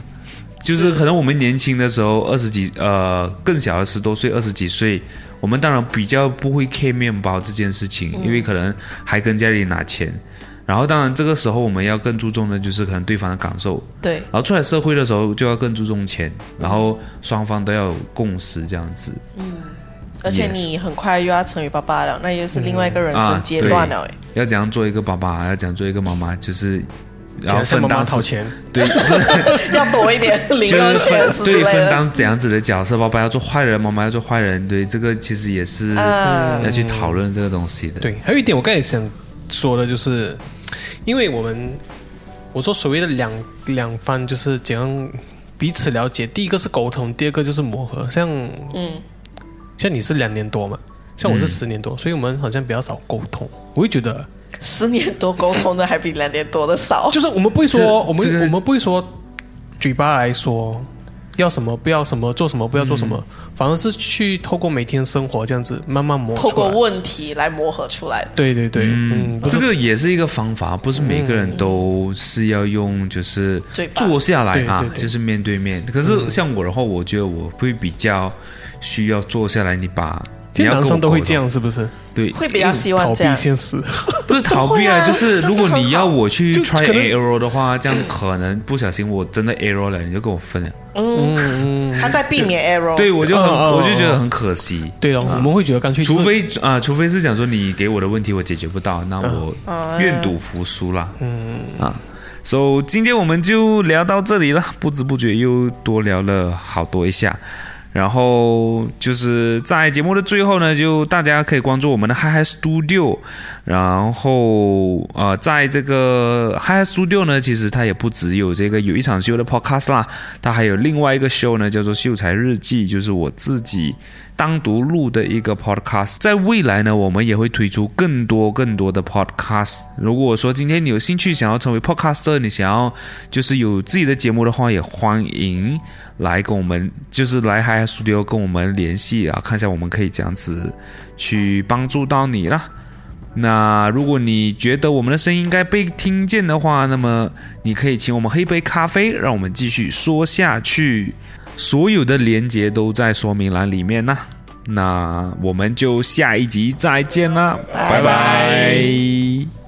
就是可能我们年轻的时候，二十几呃更小的十多岁、二十几岁，我们当然比较不会 K 面包这件事情，嗯因为可能还跟家里拿钱。然后当然这个时候我们要更注重的就是可能对方的感受，对然后出来社会的时候就要更注重钱，然后双方都要有共识这样子。而且 Yes 你很快又要成为爸爸了，那又是另外一个人啊生阶段了。哎、要怎样做一个爸爸，要怎样做一个妈妈，就是然后向分妈妈担掏事钱，对，哎 要多一点零就用是钱分之对类分的。担怎样子的角色，爸爸要做坏人，妈妈要做坏人，对这个其实也是啊要去讨论这个东西的。对，还有一点我刚才想说的就是，因为我们我说所谓的两两方就是怎样彼此了解，第一个是沟通，第二个就是磨合。像嗯，像你是两年多嘛，像我是十年多，嗯所以我们好像比较少沟通。我会觉得，十年多沟通的还比两年多 的少。就是我们不会哦这说，我们、这个我们不会说嘴巴来说要什么不要什么，做什么不要做什么，嗯反而是去透过每天生活这样子慢慢磨出透来。过问题来磨合出来的，对对对，嗯，嗯，不是这个也是一个方法，不是每个人都是要用，就是嗯嘴巴坐下来对啊对，嗯对就是面对面。可是像我的话，我觉得我会比较需要坐下来，你把其你实要男跟我生都会沟通这，样，是不是？对，会比较希逃望避这样。现实。不是逃避不会啊就是这是如果很你好要我去就 try 可能 error 的话，这样可能不小心我真的 error 了，你就跟我分了。嗯，他在避免 error。对，我就很，哦哦我就觉得很可惜。对了，我们会觉得干脆就是除非啊、除非是讲说你给我的问题我解决不到，那我愿赌服输啦。嗯啊，so, 今天我们就聊到这里了，不知不觉又多聊了好多一下。然后就是在节目的最后呢，就大家可以关注我们的嗨嗨 Studio，然后呃，在这个嗨嗨 Studio 呢，其实它也不只有这个有一场秀的 Podcast 啦，它还有另外一个 show 呢，叫做《秀才日记》，就是我自己单独录的一个 podcast。在未来呢，我们也会推出更多更多的 podcast。如果说今天你有兴趣想要成为 podcaster，你想要就是有自己的节目的话，也欢迎来跟我们，就是来嗨嗨 studio 跟我们联系啊，看一下我们可以这样子去帮助到你啦。那如果你觉得我们的声音应该被听见的话，那么你可以请我们喝一杯咖啡，让我们继续说下去。所有的连接都在说明栏里面啦。那我们就下一集再见啦，拜拜拜